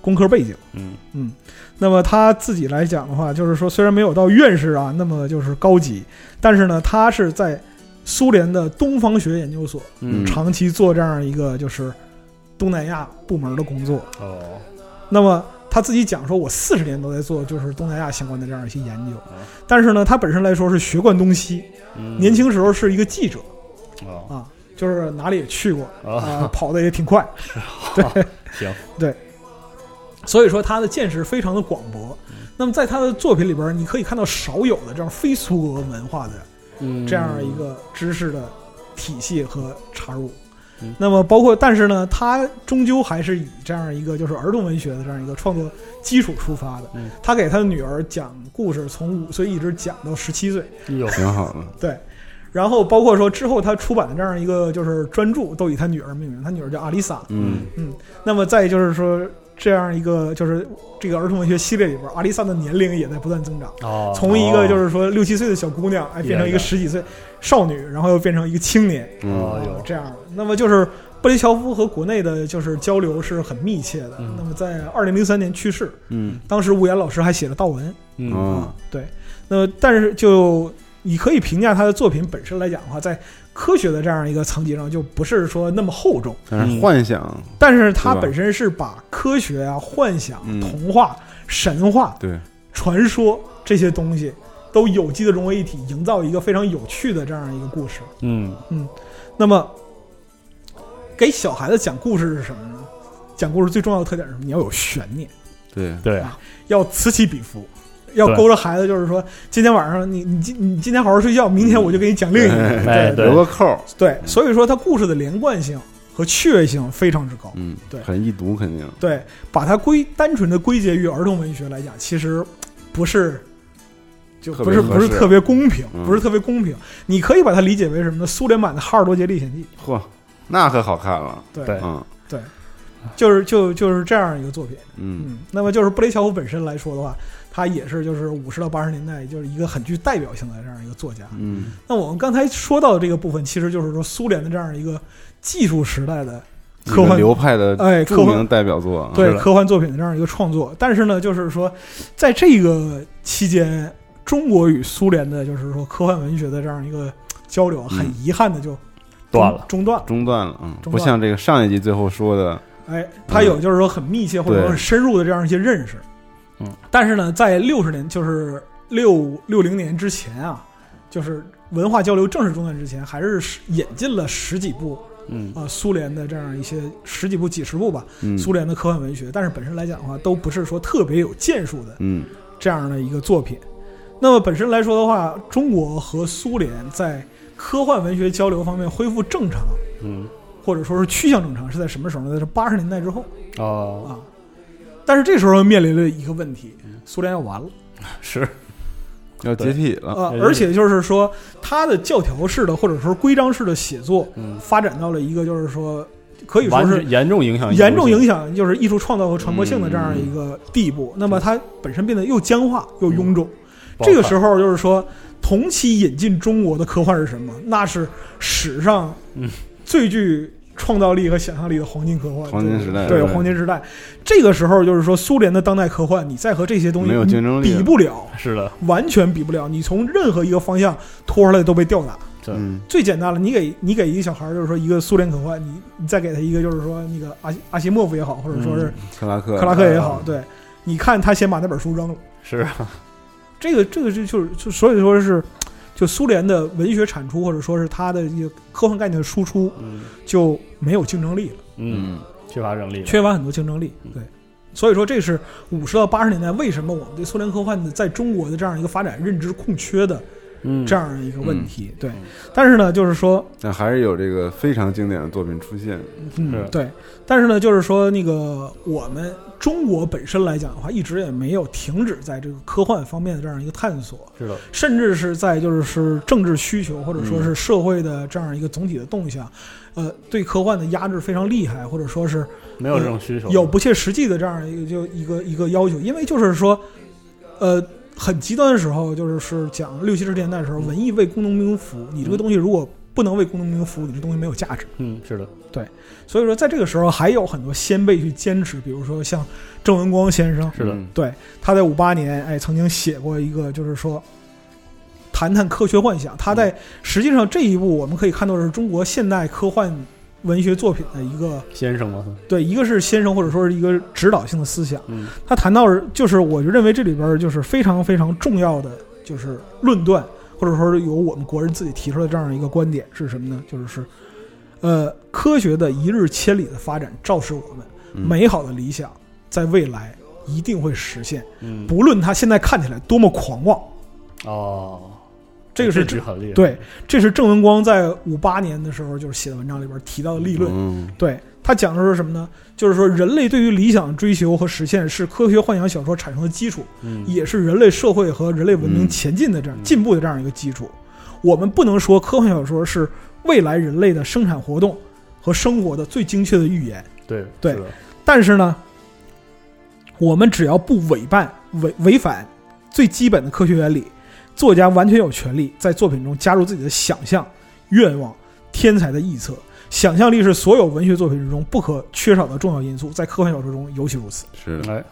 D: 工科背景。
C: 嗯
D: 嗯，那么他自己来讲的话，就是说虽然没有到院士啊那么就是高级，但是呢，他是在苏联的东方学研究所
C: 嗯
D: 长期做这样一个就是东南亚部门的工作。
C: 哦，
D: 那么他自己讲说，我四十年都在做就是东南亚相关的这样一些研究
C: 哦，
D: 但是呢，他本身来说是学贯东西，
C: 嗯
D: 年轻时候是一个记者 [laughs]
C: 哦
D: 啊，就是哪里也去过啊，
C: 哦，
D: 跑得也挺快，
C: 行，
D: 所以说他的见识非常的广博。那么在他的作品里边，你可以看到少有的这样非苏俄文化的
C: 嗯
D: 这样一个知识的体系和插入
C: 嗯。
D: 那么包括，但是呢，他终究还是以这样一个就是儿童文学的这样一个创作基础出发的
C: 嗯。
D: 他给他的女儿讲故事，从五岁一直讲到十七岁，
C: 有
B: 挺好的。
D: 然后包括说之后他出版的这样一个就是专著，都以他女儿命名，他女儿叫阿丽萨。
B: 嗯，
D: 那么再就是说，这样一个就是这个儿童文学系列里边，阿丽萨的年龄也在不断增长，
C: 哦，
D: 从一个就是说六七岁的小姑娘，哎，变成一个
C: 也是
D: 十几岁少女，然后又变成一个青年，呃
C: 哦
B: 嗯，
C: 哟
D: 这样的。那么就是布雷乔夫和国内的就是交流是很密切的。
C: 嗯
D: 那么在二零零三年去世，
B: 嗯，
D: 当时吴岩老师还写了悼文。
C: 嗯
B: 哦，
D: 对，那么但是就你可以评价他的作品本身来讲的话，在科学的这样一个层级上，就不是说那么厚重。
B: 但
C: 嗯
B: 是幻想，
D: 但是它
B: 对吧
D: 本身是把科学啊、幻想、
B: 嗯
D: 童话、神话、
B: 对，
D: 传说这些东西都有机的融为一体，营造一个非常有趣的这样一个故事。
C: 嗯
D: 那么，给小孩子讲故事是什么呢？讲故事最重要的特点是什么？你要有悬念，
B: 对，
C: 对，
D: 要此起彼伏，要
C: 对
D: 勾着孩子，就是说，今天晚上你你今你今天好好睡觉，明天我就给你讲另一个。
C: 哎 [laughs] 对
B: 留个扣儿，
D: 对，所以说它故事的连贯性和趣味性非常之高。
B: 嗯，
D: 对
B: 很易读，肯定，
D: 对，把它归单纯的归结于儿童文学来讲，其实不是，就
B: 特
D: 不
B: 别
D: 是
B: 合
D: 不是
B: 适
D: 特别公平，
B: 嗯
D: 不是特别公平。你可以把它理解为什么呢？苏联版的《哈尔多杰历险记》。
B: 嚯，那可好看了，
D: 对，
C: 对
B: 嗯
D: 就是就就是这样一个作品。
B: 嗯，
D: 嗯，那么就是布雷乔夫本身来说的话，他也是就是五十到八十年代就是一个很具代表性的这样一个作家。
B: 嗯，
D: 那我们刚才说到的这个部分，其实就是说苏联的这样一个技术时代的
B: 一
D: 科
B: 个
D: 幻
B: 流派的
D: 哎科
B: 著
D: 幻
B: 名代表作啊，
C: 是
D: 对
C: 的
D: 科幻作品的这样一个创作。但是呢，就是说在这个期间，中国与苏联的就是说科幻文学的这样一个交流，很
B: 嗯
D: 遗憾的就
C: 断了，
D: 中断了。
B: 中断了，嗯，
D: 中断
B: 不像这个上一集最后说的，
D: 哎，他有就是说很密切或者说很深入的这样一些认识。
C: 嗯，
D: 但是呢，在六十年就是六六零年之前啊，就是文化交流正式中断之前，还是引进了十几部
C: 嗯
D: 啊、呃苏联的这样一些十几部几十部吧
B: 嗯，
D: 苏联的科幻文学，但是本身来讲的话，都不是说特别有建树的
B: 嗯，
D: 这样的一个作品。那么本身来说的话，中国和苏联在科幻文学交流方面恢复正常，
C: 嗯
D: 或者说是趋向正常，是在什么时候呢？在这八十年代之后。
C: 哦，
D: 啊。但是这时候面临了一个问题，
C: 嗯
D: 苏联要完了
C: 是
B: 要解体了，
D: 啊、
C: 对
D: 而且就是说，它的教条式的或者说规章式的写作，
C: 嗯
D: 发展到了一个就是说，可以说
C: 完
D: 是
C: 全严重影响，嗯
D: 严重影，响就是艺术创造和传播性的这样一个地步。那么它本身变得又僵化
C: 嗯
D: 又臃肿。
C: 不好
D: 这个
C: 看
D: 时候就是说，同期引进中国的科幻是什么？那是史上
C: 嗯
D: 最具创造力和想象力的黄金科幻，
B: 黄金时代
D: 对
B: 对
D: 黄金时代。这个时候就是说，苏联的当代科幻，你再和这些东西
B: 没有竞争力
D: 比不了，
C: 是的，
D: 完全比不了。你从任何一个方向拖出来都被吊打。
C: 对
B: 嗯，
D: 最简单了，你给你给一个小孩儿，就是说一个苏联科幻，你你再给他一个就是说那个阿西阿西莫夫也好，或者说是
B: 克拉克，
D: 克拉克也好，对，你看他先把那本书扔了，
C: 是
D: 这个这个就就是就所以说是，就苏联的文学产出或者说是它的一个科幻概念的输出
C: 嗯
D: 就没有竞争力了，
C: 嗯，
B: 嗯，
C: 缺乏人力了，
D: 缺乏很多竞争力
C: 嗯，
D: 对。所以说，这是五十到八十年代为什么我们对苏联科幻的在中国的这样一个发展认知空缺的
C: 嗯，
D: 这样一个问题。对，但是呢，就是说，
B: 但还是有这个非常经典的作品出现。
D: 嗯
C: 是，
D: 对，但是呢，就是说那个我们中国本身来讲的话，一直也没有停止在这个科幻方面的这样一个探索。
C: 是的，
D: 甚至是在就是是政治需求或者说是社会的这样一个总体的动向，呃，对科幻的压制非常厉害，或者说是
C: 没有这种需求，
D: 嗯有不切实际的这样一个就一个一个要求，因为就是说，呃，很极端的时候，就是是讲六七十年代的时候，文艺为工农兵服务，你这个东西如果不能为工农兵服务，你这东西没有价值。
C: 嗯，是的，
D: 所以说，在这个时候还有很多先辈去坚持，比如说像郑文光先生，
C: 是的，
B: 嗯
D: 对，他在五八年，哎，曾经写过一个，就是说，谈谈科学幻想。他在实际上这一部，我们可以看到是中国现代科幻文学作品的一个
C: 先生嘛，
D: 对，一个是先生或者说是一个指导性的思想。
C: 嗯
D: 他谈到是，就是我就认为这里边儿就是非常非常重要的，就是论断，或者说是有我们国人自己提出的这样一个观点是什么呢？就是是，呃，科学的一日千里的发展昭示我们，
B: 嗯
D: 美好的理想在未来一定会实现。
C: 嗯，
D: 不论他现在看起来多么狂妄，
C: 哦，
D: 这个是
C: 句
D: 郑
C: 很厉害，
D: 对，这是郑文光在五八年的时候就是写的文章里边提到的立论。
B: 嗯
D: 对他讲的是什么呢？就是说人类对于理想追求和实现是科学幻想小说产生的基础，
C: 嗯，
D: 也是人类社会和人类文明
B: 嗯
D: 前进的这样
C: 嗯
D: 进步的这样一个基础。我们不能说科幻小说是未来人类的生产活动和生活的最精确的预言，
C: 对
D: 对
C: 是的
D: 但是呢，我们只要不违办违违反最基本的科学原理，作家完全有权利在作品中加入自己的想象、愿望、天才的臆测。想象力是所有文学作品中不可缺少的重要因素，在科幻小说中尤其如此。
B: 是的，
C: 哎，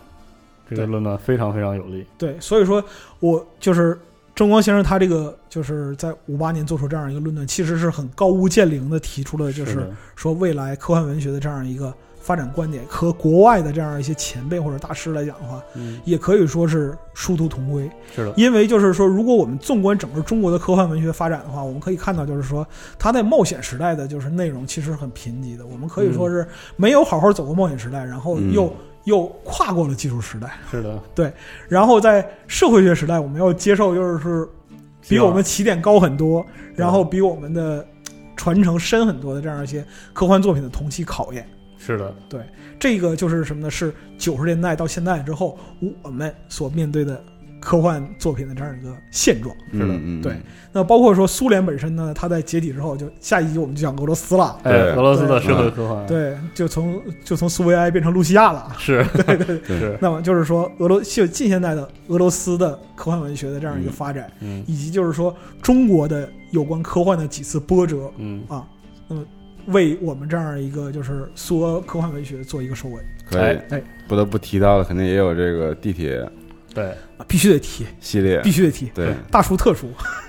C: 这
D: 对
C: 个论断非常非常有力，
D: 对，所以说我就是郑光先生，他这个就是在五八年做出这样一个论断，其实是很高屋建瓴的提出了，就是
C: 的
D: 说未来科幻文学的这样一个发展观点，和国外的这样一些前辈或者大师来讲的话，
C: 嗯，
D: 也可以说是殊途同归。
C: 是的，
D: 因为就是说，如果我们纵观整个中国的科幻文学发展的话，我们可以看到，就是说，它在冒险时代的就是内容其实很贫瘠的。我们可以说是没有好好走过冒险时代，然后又、又跨过了技术时代，
C: 是的，
D: 然后在社会学时代，我们要接受就是比我们起点高很多，然后比我们的传承深很多的这样一些科幻作品的同期考验。
C: 是的，
D: 这个就是什么呢？是九十年代到现在之后，我们所面对的科幻作品的这样一个现状。
C: 是的
B: 嗯嗯
D: 对那包括说苏联本身呢，它在解体之后，就下一集我们就讲俄罗斯了。
C: 哎，
B: 对嗯
C: 俄罗斯的
D: 对
C: 社会科幻，，
D: 对，就从就从苏维埃变成露西亚了。
C: 是，对 [laughs] 对
B: 对
C: 是，
D: 那么就是说，俄罗就近现代的俄罗斯的科幻文学的这样一个发展，
C: 嗯
D: 以及就是说中国的有关科幻的几次波折，啊
C: 嗯，
D: 为我们这样一个就是苏俄科幻文学做一个收尾。
B: 可以
C: 哎
D: 哎，
B: 不得不提到的，肯定也有这个地铁
C: 对，
D: 啊必须得提，
B: 系列
D: 必，须得提，
B: 对，
D: 大叔特叔。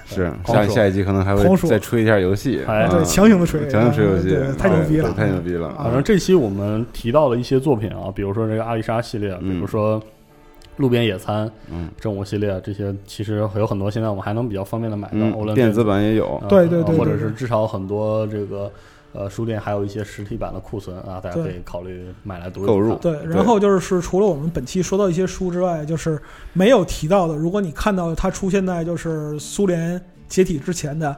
B: 是
C: 狂
B: 下
C: 说
B: 下一集可能还
D: 狂
B: 会
D: 说
B: 再吹一下游戏，
C: 哎
B: 啊
D: 对强行地吹
B: 强行吹游戏哎
D: 对，太牛逼了
B: 对太牛逼了，
D: 啊
C: 反正这期我们提到了一些作品啊，比如说这个阿丽莎系列，
B: 嗯
C: 比如说路边野餐、
B: 嗯
C: 正午系列，这些其实有很多现在我们还能比较方便的买到。
B: 嗯，
C: 欧伦
B: 电子版也有
C: 啊，，
D: 对对对
C: 或者
D: 对对
C: 是至少很多这个呃书店还有一些实体版的库存啊，大家可以考虑买来读一读
B: 购入
D: 对，然后就是除了我们本期说到一些书之外，就是没有提到的，如果你看到它出现在就是苏联解体之前的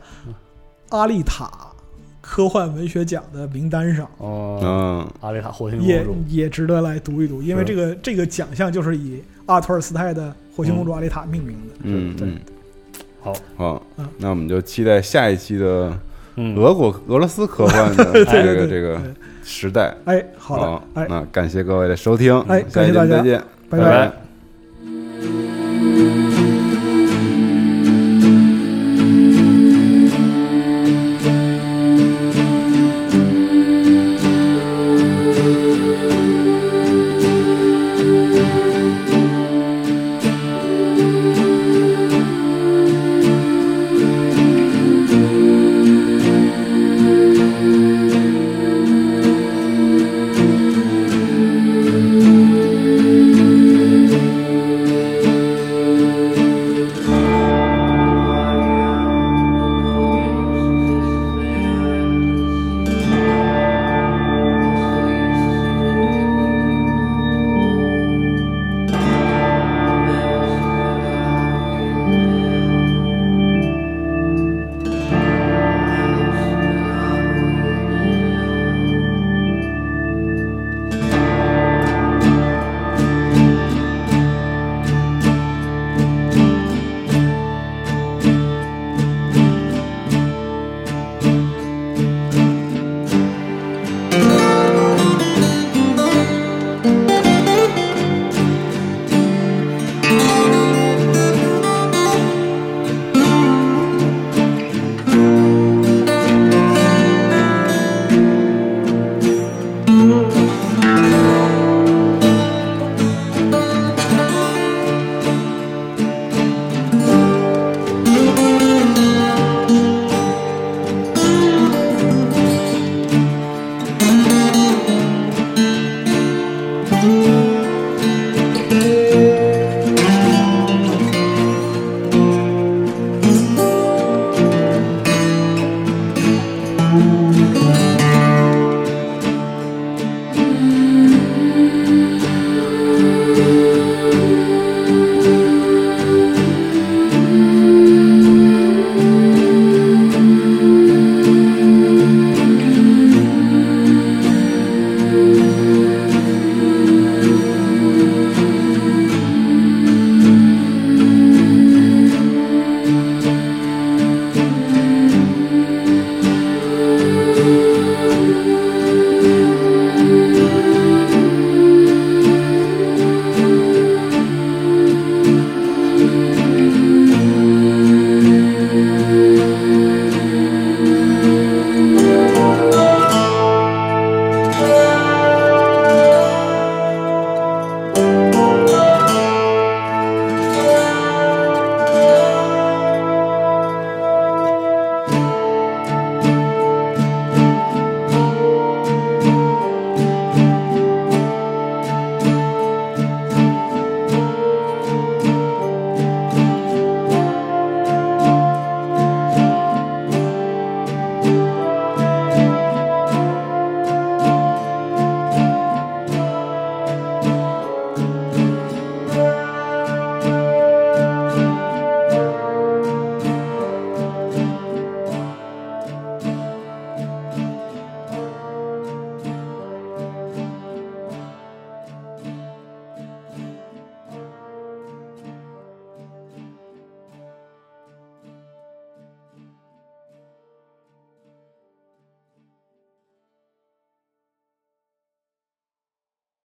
D: 阿丽塔科幻文学奖的名单上，
C: 哦，
B: 嗯，
C: 阿丽塔火星公
D: 也
C: 主，
D: 也值得来读一读，因为
C: 是
D: 这个这个奖项就是以阿托尔斯泰的《火星公主阿丽塔》命名的。
B: 嗯
D: 对
B: 嗯，
C: 好，
B: 好
D: 嗯，
B: 那我们就期待下一期的
C: 嗯，
B: 俄国俄罗斯科幻的
D: [laughs] 对
B: 这
D: 对
B: 个
D: 对，
B: 这个
D: 对
B: 时代。
D: 哎，好的，哎，
B: 那感谢各位的收听，
D: 哎
B: 下一
D: 感谢
B: 期
D: 大家
B: 再见，
D: 拜
C: 拜拜
A: 去。